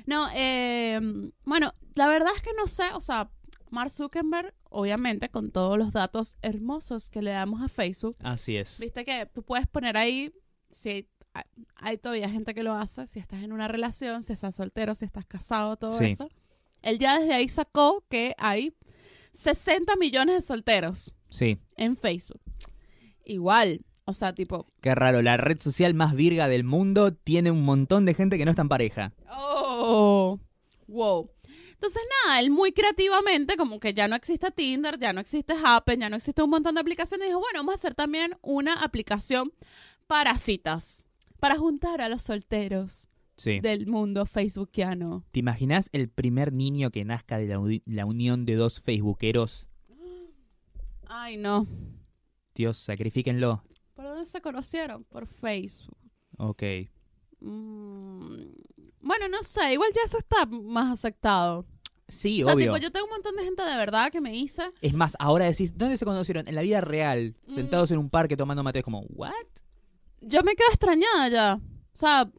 [SPEAKER 1] No, eh, bueno, la verdad es que no sé, o sea, Mark Zuckerberg, obviamente, con todos los datos hermosos que le damos a Facebook,
[SPEAKER 2] Así es.
[SPEAKER 1] Viste que tú puedes poner ahí, si hay, hay- hay todavía gente que lo hace, si estás en una relación, si estás soltero, si estás casado, todo
[SPEAKER 2] Sí.
[SPEAKER 1] eso. Él ya desde ahí sacó que hay 60 millones de solteros
[SPEAKER 2] Sí.
[SPEAKER 1] en Facebook. Igual, o sea, tipo,
[SPEAKER 2] Qué raro. La red social más virga del mundo tiene un montón de gente que no está en pareja.
[SPEAKER 1] oh, wow. Entonces, nada, él muy creativamente, como que ya no existe Tinder, ya no existe Happen, ya no existe un montón de aplicaciones, dijo, bueno, vamos a hacer también una aplicación para citas, para juntar a los solteros.
[SPEAKER 2] Sí.
[SPEAKER 1] del mundo facebookiano.
[SPEAKER 2] ¿Te imaginas el primer niño que nazca de la, uni- la unión de dos facebookeros?
[SPEAKER 1] Ay, no.
[SPEAKER 2] Dios, sacrifíquenlo.
[SPEAKER 1] ¿Por dónde se conocieron? Por Facebook.
[SPEAKER 2] Ok.
[SPEAKER 1] Mm, Bueno, no sé, igual ya eso está más aceptado.
[SPEAKER 2] Sí,
[SPEAKER 1] o sea,
[SPEAKER 2] obvio.
[SPEAKER 1] tipo, yo tengo un montón de gente de verdad que me dice,
[SPEAKER 2] Es más, ahora decís, ¿dónde se conocieron? En la vida real,
[SPEAKER 1] Mm.
[SPEAKER 2] sentados en un parque tomando mate. Es como, ¿what?
[SPEAKER 1] yo me quedo extrañada ya. O sea,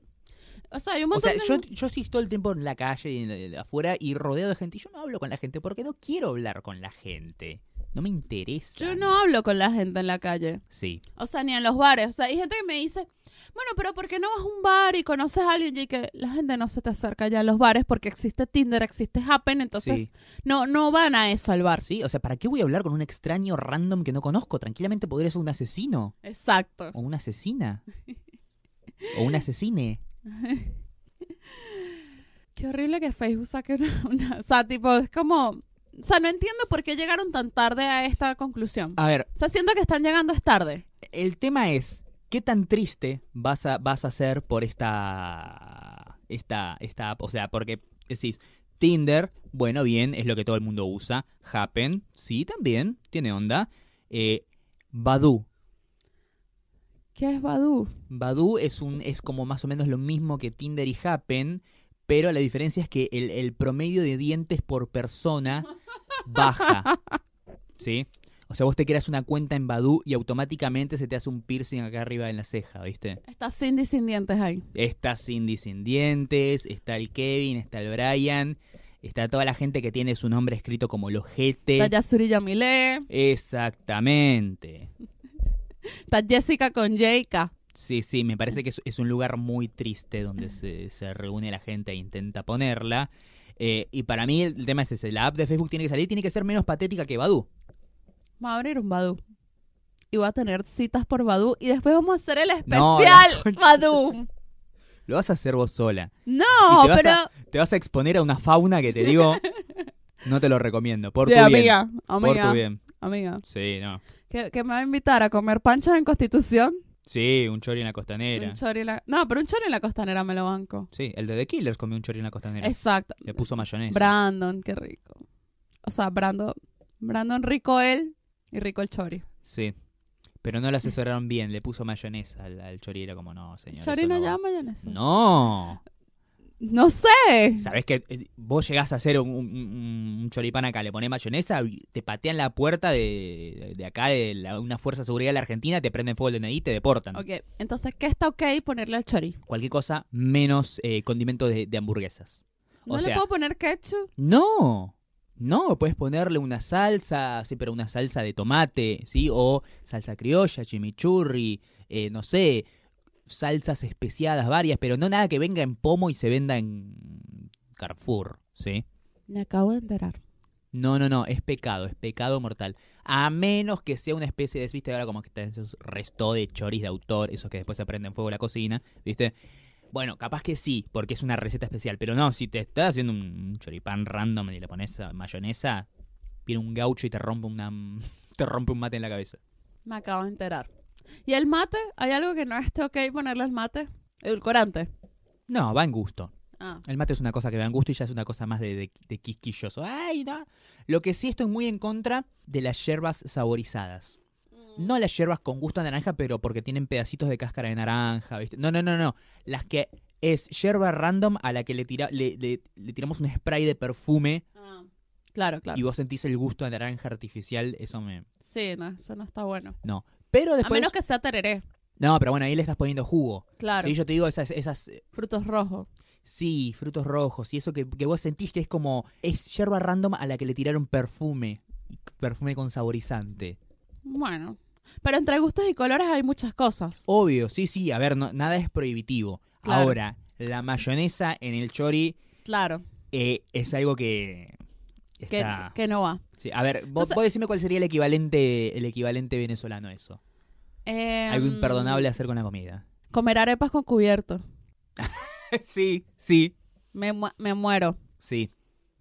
[SPEAKER 1] o sea, hay un
[SPEAKER 2] O
[SPEAKER 1] montón
[SPEAKER 2] sea,
[SPEAKER 1] de
[SPEAKER 2] yo,
[SPEAKER 1] gente-
[SPEAKER 2] yo sí todo el tiempo en la calle y en el- afuera y rodeado de gente. Y yo no hablo con la gente porque no quiero hablar con la gente. No me interesa.
[SPEAKER 1] yo no hablo con la gente en la calle.
[SPEAKER 2] Sí.
[SPEAKER 1] O sea, ni en los bares. O sea, hay gente que me dice, bueno, pero ¿por qué no vas a un bar y conoces a alguien? Y que la gente no se te acerca ya a los bares porque existe Tinder, existe Happen, entonces
[SPEAKER 2] sí.
[SPEAKER 1] no, no van a eso al bar.
[SPEAKER 2] Sí, o sea, ¿para qué voy a hablar con un extraño random que no conozco? Tranquilamente podría ser un asesino.
[SPEAKER 1] Exacto.
[SPEAKER 2] O una asesina. o un asesine.
[SPEAKER 1] Qué horrible que Facebook saque una, una- O sea, tipo, es como... O sea, no entiendo por qué llegaron tan tarde a esta conclusión.
[SPEAKER 2] A ver,
[SPEAKER 1] O sea, siento que están llegando es tarde.
[SPEAKER 2] el tema es, ¿qué tan triste vas a, vas a ser por esta, esta, esta app? O sea, porque decís, Tinder, bueno, bien, es lo que todo el mundo usa. Happen, sí, también, tiene onda. Eh, Badu.
[SPEAKER 1] ¿Qué es Badu?
[SPEAKER 2] Badu es, un, es como más o menos lo mismo que Tinder y Happen, pero la diferencia es que el, el promedio de dientes por persona baja. ¿Sí? O sea, vos te creas una cuenta en Badu y automáticamente se te hace un piercing acá arriba en la ceja, ¿viste?
[SPEAKER 1] Está Cindy sin dientes ahí.
[SPEAKER 2] Está Cindy sin dientes, está el Kevin, está el Brian, está toda la gente que tiene su nombre escrito como los
[SPEAKER 1] Está
[SPEAKER 2] GT.
[SPEAKER 1] Yasuri Yamile,
[SPEAKER 2] Exactamente.
[SPEAKER 1] está Jessica con Jayka.
[SPEAKER 2] Sí, sí, me
[SPEAKER 1] Mm.
[SPEAKER 2] parece que es, es un lugar muy triste donde se, se reúne la gente e intenta ponerla. Eh, y para mí el tema es ese, la app de Facebook tiene que salir, tiene que ser menos patética que Badu.
[SPEAKER 1] Va a abrir un Badu. y voy a tener citas por Badu y después vamos a hacer el
[SPEAKER 2] No,
[SPEAKER 1] especial
[SPEAKER 2] la concha.
[SPEAKER 1] Badu.
[SPEAKER 2] Lo vas a hacer vos sola.
[SPEAKER 1] No,
[SPEAKER 2] Y te vas
[SPEAKER 1] pero
[SPEAKER 2] a- Te vas a exponer a una fauna que te digo, no te lo recomiendo. Por
[SPEAKER 1] Sí,
[SPEAKER 2] tu bien.
[SPEAKER 1] amiga,
[SPEAKER 2] Por tu
[SPEAKER 1] amiga,
[SPEAKER 2] bien.
[SPEAKER 1] amiga.
[SPEAKER 2] Sí, no.
[SPEAKER 1] Que, que me va a invitar a comer panchas en Constitución.
[SPEAKER 2] Sí, un chori en la costanera.
[SPEAKER 1] Un chori en la- No, pero un chori en la costanera me lo banco.
[SPEAKER 2] Sí, el de The Killers comió un chori en la costanera.
[SPEAKER 1] Exacto.
[SPEAKER 2] Le puso mayonesa.
[SPEAKER 1] Brandon, qué rico. O sea, Brandon, Brandon rico él y rico el chori.
[SPEAKER 2] Sí. Pero no lo asesoraron bien, le puso mayonesa al, al chori. Era como, no, señor.
[SPEAKER 1] chori
[SPEAKER 2] eso
[SPEAKER 1] no
[SPEAKER 2] no va".
[SPEAKER 1] lleva mayonesa.
[SPEAKER 2] No.
[SPEAKER 1] No sé.
[SPEAKER 2] Sabés que eh, vos llegás a hacer un, un- un- un choripán acá, le ponés mayonesa, y te patean la puerta de, de acá, de la- una fuerza de seguridad de la Argentina, te prenden fuego el DNI y te deportan.
[SPEAKER 1] Ok, entonces, ¿qué está ok ponerle al chori?
[SPEAKER 2] Cualquier cosa menos eh, condimentos de, de hamburguesas.
[SPEAKER 1] ¿No
[SPEAKER 2] O
[SPEAKER 1] le
[SPEAKER 2] sea-
[SPEAKER 1] puedo poner ketchup?
[SPEAKER 2] No, no, puedes ponerle una salsa, sí, pero una salsa de tomate, ¿sí? O salsa criolla, chimichurri, eh, no sé, salsas especiadas varias, pero no nada que venga en pomo y se venda en Carrefour, ¿sí?
[SPEAKER 1] Me acabo de enterar.
[SPEAKER 2] No, no, no, es pecado, es pecado mortal. A menos que sea una especie de, viste, ahora como que están esos restos de choris de autor, esos que después se prenden fuego en la cocina, viste. Bueno, capaz que sí, porque es una receta especial, pero no, si te estás haciendo un un choripán random y le pones a- mayonesa, viene un gaucho y te rompe una te rompe un mate en la cabeza.
[SPEAKER 1] Me acabo de enterar. ¿Y el mate? ¿Hay algo que no esté ok ponerle al mate? Edulcorante.
[SPEAKER 2] No, va en gusto.
[SPEAKER 1] Ah,
[SPEAKER 2] El mate es una cosa que va en gusto y ya es una cosa más de, de- de quisquilloso. Ay, no. Lo que sí estoy muy en contra de las hierbas saborizadas. No las hierbas con gusto a naranja, pero porque tienen pedacitos de cáscara de naranja, ¿viste? No, no, no, no. Las que es hierba random a la que le, tira, le, le- le tiramos un spray de perfume
[SPEAKER 1] Ah. Claro, claro.
[SPEAKER 2] y vos sentís el gusto de naranja artificial, eso me...
[SPEAKER 1] Sí, no, eso no está bueno.
[SPEAKER 2] Pero
[SPEAKER 1] A
[SPEAKER 2] después...
[SPEAKER 1] menos que sea tereré.
[SPEAKER 2] No, pero bueno, ahí le estás poniendo jugo.
[SPEAKER 1] Claro.
[SPEAKER 2] Sí, yo te digo esas, esas... eh,
[SPEAKER 1] Frutos rojos.
[SPEAKER 2] Sí, frutos rojos y eso que, que vos sentís que es como... Es hierba random a la que le tiraron perfume. Perfume con saborizante.
[SPEAKER 1] Bueno. Pero entre gustos y colores hay muchas cosas.
[SPEAKER 2] Obvio, sí, sí, a ver, no- nada es prohibitivo.
[SPEAKER 1] Claro.
[SPEAKER 2] Ahora, la mayonesa en el chori
[SPEAKER 1] Claro.
[SPEAKER 2] eh, es algo que
[SPEAKER 1] Que,
[SPEAKER 2] está...
[SPEAKER 1] que no va.
[SPEAKER 2] Sí, a ver, vos,
[SPEAKER 1] Entonces-
[SPEAKER 2] vos decime cuál sería el equivalente, el equivalente venezolano a eso.
[SPEAKER 1] Eh,
[SPEAKER 2] algo imperdonable hacer con la comida.
[SPEAKER 1] Comer arepas con cubierto.
[SPEAKER 2] sí, sí,
[SPEAKER 1] Me, mu- me muero.
[SPEAKER 2] sí.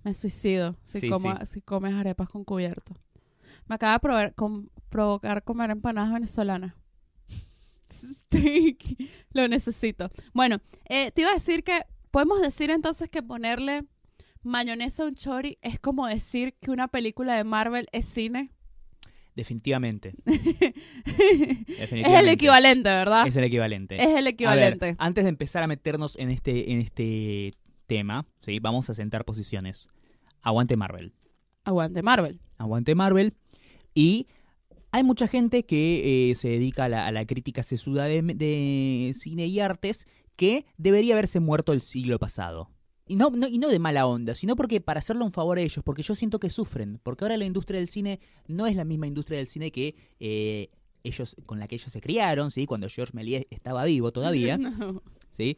[SPEAKER 1] Me suicido si,
[SPEAKER 2] Sí,
[SPEAKER 1] como- si comes arepas con cubierto. Me acaba de probar- com- provocar comer empanadas venezolanas. Sí, Lo necesito. Bueno, eh, te iba a decir que podemos decir entonces que ponerle mayonesa a un chori es como decir que una película de Marvel es cine.
[SPEAKER 2] Definitivamente.
[SPEAKER 1] es el
[SPEAKER 2] definitivamente.
[SPEAKER 1] equivalente, ¿verdad?
[SPEAKER 2] Es el equivalente.
[SPEAKER 1] Es el
[SPEAKER 2] A ver,
[SPEAKER 1] equivalente.
[SPEAKER 2] antes de empezar a meternos en este, en este tema, ¿sí? vamos a sentar posiciones. Aguante Marvel.
[SPEAKER 1] Aguante Marvel.
[SPEAKER 2] Aguante Marvel. Y hay mucha gente que eh, se dedica a la, a la crítica sesuda de, de cine y artes que debería haberse muerto el siglo pasado. Y no, no- y no de mala onda, sino porque para hacerle un favor a ellos, porque yo siento que sufren, porque ahora la industria del cine no es la misma industria del cine que eh, ellos, con la que ellos se criaron, ¿sí? cuando George Méliès estaba vivo todavía,
[SPEAKER 1] No.
[SPEAKER 2] ¿sí?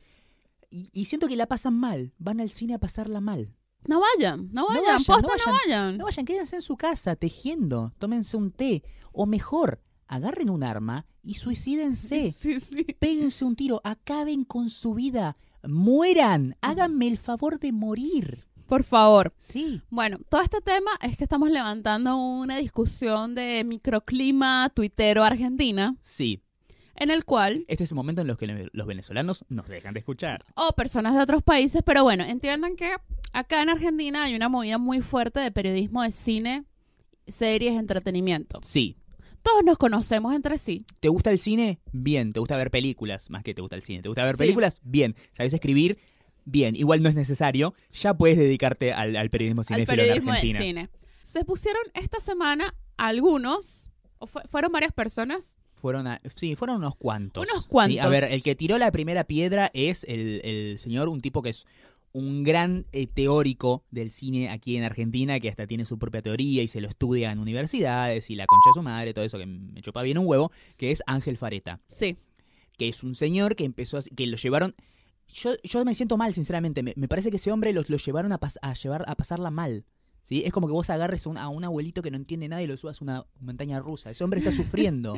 [SPEAKER 2] Y, y siento que la pasan mal, van al cine a pasarla mal.
[SPEAKER 1] No vayan, no vayan,
[SPEAKER 2] vayan, no
[SPEAKER 1] posta, no vayan.
[SPEAKER 2] vayan. No vayan, quédense en su casa tejiendo, tómense un té. O mejor, agarren un arma y suicídense.
[SPEAKER 1] sí, sí.
[SPEAKER 2] Péguense un tiro, acaben con su vida. Mueran, háganme el favor de morir.
[SPEAKER 1] Por favor.
[SPEAKER 2] Sí.
[SPEAKER 1] Bueno, todo este tema es que estamos levantando una discusión de microclima tuitero argentina,
[SPEAKER 2] Sí,
[SPEAKER 1] en el cual,
[SPEAKER 2] este es el momento en los que le- los venezolanos nos dejan de escuchar.
[SPEAKER 1] o personas de otros países, pero bueno, entiendan que acá en Argentina hay una movida muy fuerte de periodismo de cine, series, entretenimiento.
[SPEAKER 2] Sí.
[SPEAKER 1] Todos nos conocemos entre sí.
[SPEAKER 2] ¿Te gusta el cine? Bien. ¿Te gusta ver películas? Más que te gusta el cine. ¿Te gusta ver
[SPEAKER 1] Sí.
[SPEAKER 2] películas? Bien. ¿Sabes escribir? Bien. Igual no es necesario. Ya puedes dedicarte al, al periodismo
[SPEAKER 1] al
[SPEAKER 2] cinéfilo en
[SPEAKER 1] periodismo de
[SPEAKER 2] Argentina.
[SPEAKER 1] cine. Se pusieron esta semana algunos, o fue- fueron varias personas,
[SPEAKER 2] Fueron a- sí, fueron unos cuantos.
[SPEAKER 1] Unos
[SPEAKER 2] Sí, a
[SPEAKER 1] cuantos.
[SPEAKER 2] ver, el que tiró la primera piedra es el, el señor, un tipo que es un gran eh, teórico del cine aquí en Argentina, que hasta tiene su propia teoría y se lo estudia en universidades y la concha de su madre, todo eso que me chupa bien un huevo, que es Ángel Fareta,
[SPEAKER 1] sí,
[SPEAKER 2] que es un señor que empezó, a- que lo llevaron... Yo, yo me siento mal, sinceramente. Me, me parece que ese hombre los lo llevaron a, pas- a llevar, a pasarla mal. ¿sí? Es como que vos agarres a un, a un abuelito que no entiende nada y lo subas a una montaña rusa. Ese hombre está sufriendo.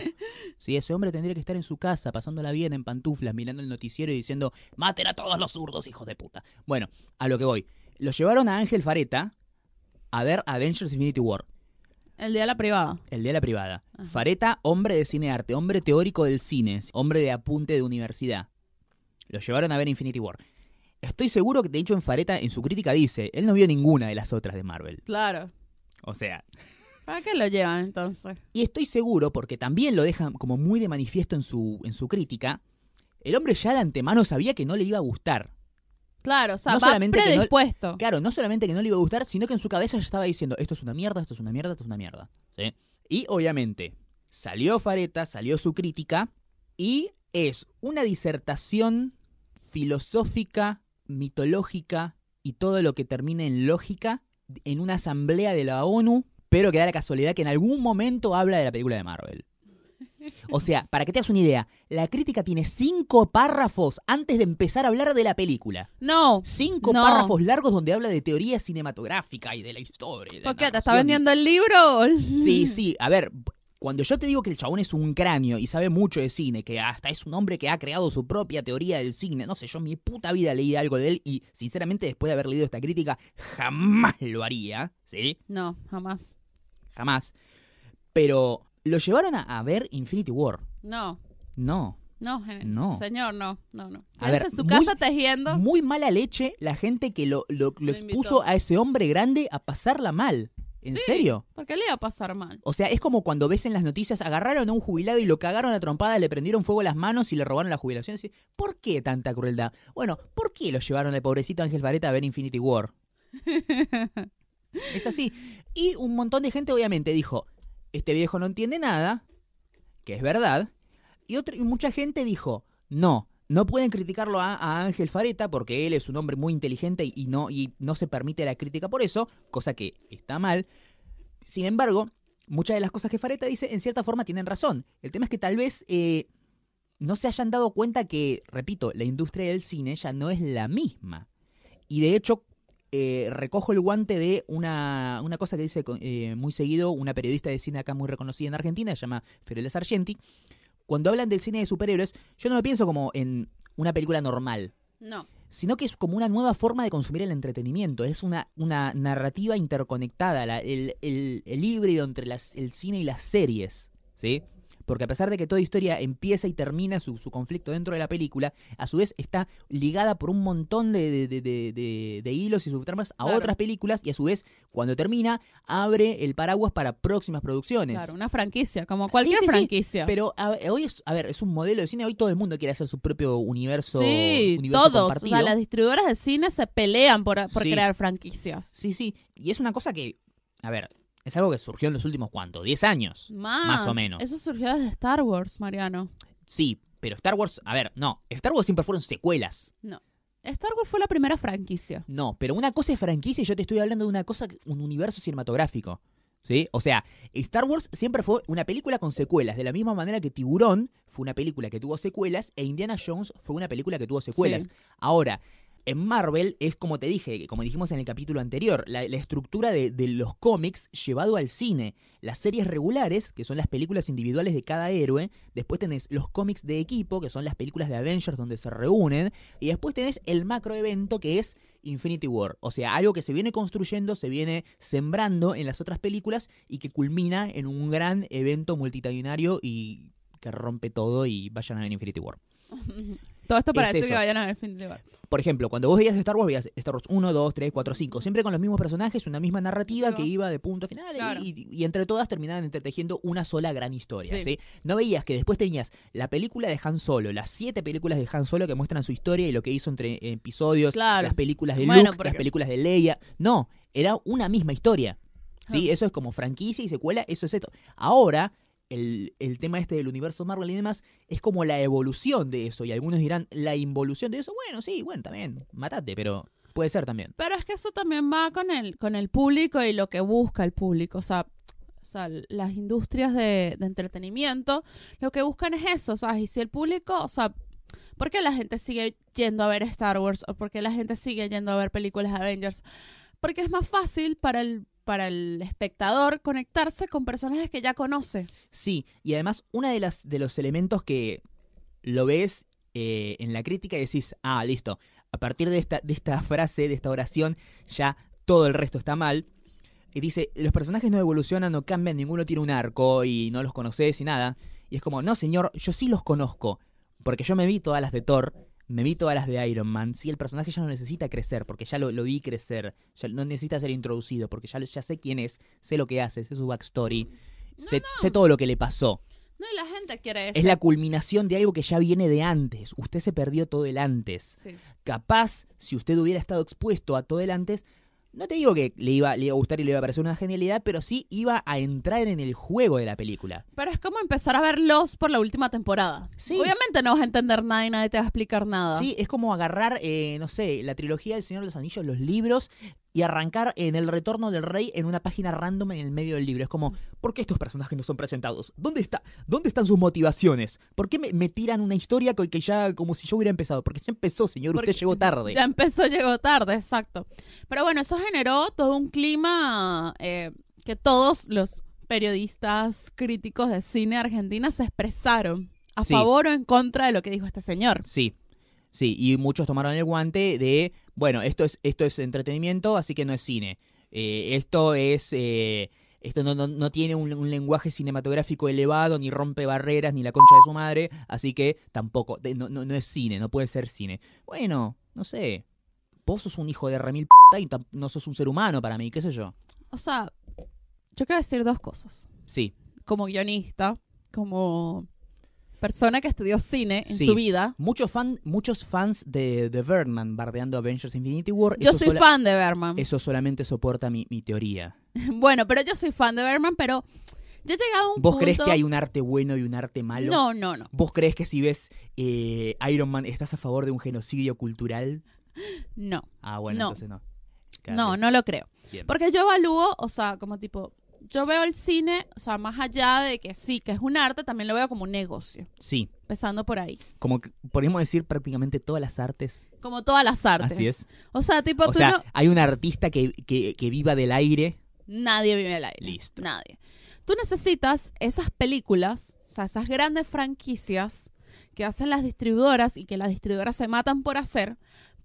[SPEAKER 2] ¿sí? Ese hombre tendría que estar en su casa, pasándola bien en pantuflas, mirando el noticiero y diciendo, maten a todos los zurdos, hijos de puta. Bueno, a lo que voy. Lo llevaron a Ángel Fareta a ver Avengers Infinity War.
[SPEAKER 1] El día de la privada.
[SPEAKER 2] El de la privada.
[SPEAKER 1] Ajá.
[SPEAKER 2] Fareta, hombre de cine arte, hombre teórico del cine, hombre de apunte de universidad. Lo llevaron a ver Infinity War. Estoy seguro que, de hecho, en Fareta, en su crítica dice, él no vio ninguna de las otras de Marvel.
[SPEAKER 1] Claro.
[SPEAKER 2] O sea,
[SPEAKER 1] ¿Para qué lo llevan entonces?
[SPEAKER 2] y estoy seguro, porque también lo dejan como muy de manifiesto en su, en su crítica, el hombre ya de antemano sabía que no le iba a gustar.
[SPEAKER 1] Claro, o sea,
[SPEAKER 2] No
[SPEAKER 1] va
[SPEAKER 2] solamente que no-
[SPEAKER 1] predispuesto.
[SPEAKER 2] Claro, no solamente que no le iba a gustar, sino que en su cabeza ya estaba diciendo, esto es una mierda, esto es una mierda, esto es una mierda. ¿sí? Y obviamente, salió Fareta, salió su crítica, y es una disertación filosófica, mitológica y todo lo que termine en lógica en una asamblea de la ONU, pero que da la casualidad que en algún momento habla de la película de Marvel. O sea, para que te hagas una idea, la crítica tiene cinco párrafos antes de empezar a hablar de la película.
[SPEAKER 1] No,
[SPEAKER 2] Cinco
[SPEAKER 1] No.
[SPEAKER 2] párrafos largos donde habla de teoría cinematográfica y de la historia. y de la
[SPEAKER 1] ¿por qué? ¿Te está
[SPEAKER 2] narración.
[SPEAKER 1] vendiendo el libro? o el-
[SPEAKER 2] Sí, sí. A ver, cuando yo te digo que el chabón es un cráneo y sabe mucho de cine, que hasta es un hombre que ha creado su propia teoría del cine, no sé, yo en mi puta vida leí algo de él y sinceramente después de haber leído esta crítica jamás lo haría, ¿sí?
[SPEAKER 1] No, jamás.
[SPEAKER 2] Jamás. Pero lo llevaron a, a ver Infinity War.
[SPEAKER 1] No,
[SPEAKER 2] No.
[SPEAKER 1] no, gen-
[SPEAKER 2] No.
[SPEAKER 1] señor, no, no, no.
[SPEAKER 2] A
[SPEAKER 1] Quédense
[SPEAKER 2] ver,
[SPEAKER 1] en su
[SPEAKER 2] muy-
[SPEAKER 1] casa tejiendo.
[SPEAKER 2] Muy mala leche la gente que lo, lo- lo
[SPEAKER 1] Lo invitó.
[SPEAKER 2] expuso a ese hombre grande a pasarla mal. ¿En
[SPEAKER 1] Sí.
[SPEAKER 2] serio?
[SPEAKER 1] ¿Por qué le iba a pasar mal?
[SPEAKER 2] O sea, es como cuando ves en las noticias, agarraron a un jubilado y lo cagaron a trompadas, le prendieron fuego a las manos y le robaron la jubilación. Sí, ¿Por qué tanta crueldad? Bueno, ¿por qué lo llevaron al pobrecito Ángel Vareta a ver Infinity War? es así. Y un montón de gente obviamente dijo, este viejo no entiende nada, que es verdad. Y, otra- y mucha gente dijo, no. No pueden criticarlo a, a Ángel Fareta porque él es un hombre muy inteligente y- y no, y no se permite la crítica por eso, cosa que está mal. Sin embargo, muchas de las cosas que Fareta dice, en cierta forma, tienen razón. El tema es que tal vez eh, no se hayan dado cuenta que, repito, la industria del cine ya no es la misma. Y de hecho, eh, recojo el guante de una, una cosa que dice co- eh, muy seguido una periodista de cine acá muy reconocida en Argentina, se llama Fiorella Sargenti. Cuando hablan del cine de superhéroes, yo no lo pienso como en una película normal,
[SPEAKER 1] No,
[SPEAKER 2] sino que es como una nueva forma de consumir el entretenimiento. Es una, una narrativa interconectada, la- el, el- el híbrido entre las- el cine y las series, ¿sí? Porque a pesar de que toda historia empieza y termina su, su conflicto dentro de la película, a su vez está ligada por un montón de, de- de- de- de- de hilos y subtramas a
[SPEAKER 1] Claro.
[SPEAKER 2] otras películas y a su vez, cuando termina, abre el paraguas para próximas producciones.
[SPEAKER 1] claro, una franquicia, como cualquier
[SPEAKER 2] sí, sí.
[SPEAKER 1] franquicia.
[SPEAKER 2] Pero a- hoy es, a ver, es un modelo de cine, hoy todo el mundo quiere hacer su propio universo.
[SPEAKER 1] sí,
[SPEAKER 2] universo
[SPEAKER 1] todos. O
[SPEAKER 2] compartido.
[SPEAKER 1] sea, las distribuidoras de cine se pelean por, por
[SPEAKER 2] Sí.
[SPEAKER 1] crear franquicias.
[SPEAKER 2] Sí, sí. Y es una cosa que, a ver, es algo que surgió en los últimos, ¿cuánto? ¿10 años?
[SPEAKER 1] Más,
[SPEAKER 2] o menos.
[SPEAKER 1] Eso surgió desde Star Wars, Mariano.
[SPEAKER 2] Sí, pero Star Wars, a ver, no. Star Wars siempre fueron secuelas.
[SPEAKER 1] Star Wars fue la primera franquicia.
[SPEAKER 2] No, pero una cosa es franquicia y yo te estoy hablando de una cosa, que- un universo cinematográfico. ¿Sí? O sea, Star Wars siempre fue una película con secuelas, de la misma manera que Tiburón fue una película que tuvo secuelas e Indiana Jones fue una película que tuvo secuelas.
[SPEAKER 1] Sí.
[SPEAKER 2] Ahora, en Marvel es como te dije, como dijimos en el capítulo anterior, la, la estructura de, de los cómics llevado al cine. Las series regulares, que son las películas individuales de cada héroe. Después tenés los cómics de equipo, que son las películas de Avengers donde se reúnen. Y después tenés el macro evento que es Infinity War. O sea, algo que se viene construyendo, se viene sembrando en las otras películas y que culmina en un gran evento multitudinario y que rompe todo y vayan a ver Infinity War.
[SPEAKER 1] Todo esto para
[SPEAKER 2] Es
[SPEAKER 1] decir que
[SPEAKER 2] eso.
[SPEAKER 1] vayan a ver fin de bar.
[SPEAKER 2] Por ejemplo, cuando vos veías Star Wars, veías Star Wars 1, 2, 3, 4, 5, siempre con los mismos personajes, una misma narrativa que iba de punto a final y-
[SPEAKER 1] Claro.
[SPEAKER 2] y, y entre todas terminaban entretejiendo una sola gran historia.
[SPEAKER 1] Sí.
[SPEAKER 2] ¿sí? No veías que después tenías la película de Han Solo, las siete películas de Han Solo que muestran su historia y lo que hizo entre episodios,
[SPEAKER 1] Claro.
[SPEAKER 2] las películas de
[SPEAKER 1] Bueno,
[SPEAKER 2] Luke,
[SPEAKER 1] porque-
[SPEAKER 2] las películas de Leia. No, era una misma historia. ¿sí? Eso es como franquicia y secuela, eso es esto. Ahora, el, el tema este del universo Marvel y demás es como la evolución de eso. Y algunos dirán, la involución de eso, bueno, sí, bueno, también, matate, pero puede ser también.
[SPEAKER 1] Pero es que eso también va con el, con el público y lo que busca el público. O sea, o sea, las industrias de, de entretenimiento lo que buscan es eso, ¿sabes? Y si el público, o sea, ¿por qué la gente sigue yendo a ver Star Wars? ¿O por qué la gente sigue yendo a ver películas de Avengers? Porque es más fácil para el, para para el espectador conectarse con personajes que ya conoce.
[SPEAKER 2] Sí, y además uno de, las- de los elementos que lo ves eh, en la crítica y decís, ah, listo, a partir de esta, de esta frase, de esta oración, ya todo el resto está mal. Y dice, los personajes no evolucionan, no cambian, ninguno tiene un arco y no los conoces y nada. Y es como, no señor, yo sí los conozco, porque yo me vi todas las de Thor, me vi todas las de Iron Man. Sí, el personaje ya no necesita crecer, porque ya lo, lo vi crecer, ya no necesita ser introducido, porque ya, lo- ya sé quién es, sé lo que hace, sé su backstory, sé, sé todo lo que le pasó.
[SPEAKER 1] No, y la gente quiere eso.
[SPEAKER 2] Es la culminación de algo que ya viene de antes. Usted se perdió todo el antes.
[SPEAKER 1] Sí.
[SPEAKER 2] Capaz, si usted hubiera estado expuesto a todo el antes, no te digo que le iba, le iba a gustar y le iba a parecer una genialidad, pero sí iba a entrar en el juego de la película.
[SPEAKER 1] Pero es como empezar a ver Lost por la última temporada.
[SPEAKER 2] Sí.
[SPEAKER 1] Obviamente no vas a entender nada y nadie te va a explicar nada.
[SPEAKER 2] Sí, es como agarrar, eh, no sé, la trilogía del Señor de los Anillos, los libros, y arrancar en el retorno del rey en una página random en el medio del libro. Es como, ¿por qué estos personajes no son presentados? ¿Dónde, está, dónde están sus motivaciones? ¿Por qué me, me tiran una historia co- que ya, como si yo hubiera empezado? Porque ya empezó, señor,
[SPEAKER 1] Porque
[SPEAKER 2] usted llegó tarde.
[SPEAKER 1] Ya empezó, llegó tarde, exacto. Pero bueno, eso generó todo un clima eh, que todos los periodistas críticos de cine argentina se expresaron a
[SPEAKER 2] Sí.
[SPEAKER 1] favor o en contra de lo que dijo este señor.
[SPEAKER 2] Sí, sí, y muchos tomaron el guante de, bueno, esto es, esto es entretenimiento, así que no es cine. Eh, esto es, eh, esto no, no- no tiene un, un lenguaje cinematográfico elevado, ni rompe barreras, ni la concha de su madre, así que tampoco, de- no, no- no es cine, no puede ser cine. Bueno, no sé, vos sos un hijo de remil p*** y tam- no sos un ser humano para mí, qué sé yo.
[SPEAKER 1] O sea, yo quiero decir dos cosas.
[SPEAKER 2] Sí,
[SPEAKER 1] Como guionista, como persona que estudió cine en
[SPEAKER 2] Sí.
[SPEAKER 1] su vida.
[SPEAKER 2] muchos, fan, muchos fans de, de Birdman bardeando Avengers Infinity War,
[SPEAKER 1] Yo
[SPEAKER 2] eso
[SPEAKER 1] soy
[SPEAKER 2] sola-
[SPEAKER 1] fan de Berman.
[SPEAKER 2] Eso solamente soporta mi- mi teoría.
[SPEAKER 1] Bueno, pero yo soy fan de Berman, pero yo he llegado a un
[SPEAKER 2] ¿Vos
[SPEAKER 1] punto...
[SPEAKER 2] crees que hay un arte bueno y un arte malo?
[SPEAKER 1] No, no, no.
[SPEAKER 2] ¿Vos crees que si ves eh, Iron Man estás a favor de un genocidio cultural?
[SPEAKER 1] No,
[SPEAKER 2] Ah, bueno,
[SPEAKER 1] No.
[SPEAKER 2] entonces no.
[SPEAKER 1] no, no lo creo.
[SPEAKER 2] Bien.
[SPEAKER 1] Porque yo evalúo, o sea, como tipo, yo veo el cine, o sea, más allá de que sí, que es un arte, también lo veo como un negocio,
[SPEAKER 2] Sí,
[SPEAKER 1] empezando por ahí.
[SPEAKER 2] como que podríamos decir prácticamente todas las artes.
[SPEAKER 1] Como todas las artes.
[SPEAKER 2] Así es.
[SPEAKER 1] O sea, tipo,
[SPEAKER 2] O
[SPEAKER 1] tú
[SPEAKER 2] sea,
[SPEAKER 1] no...
[SPEAKER 2] hay un artista que, que- que viva del aire.
[SPEAKER 1] Nadie vive el aire.
[SPEAKER 2] Listo.
[SPEAKER 1] Nadie. Tú necesitas esas películas, o sea, esas grandes franquicias que hacen las distribuidoras y que las distribuidoras se matan por hacer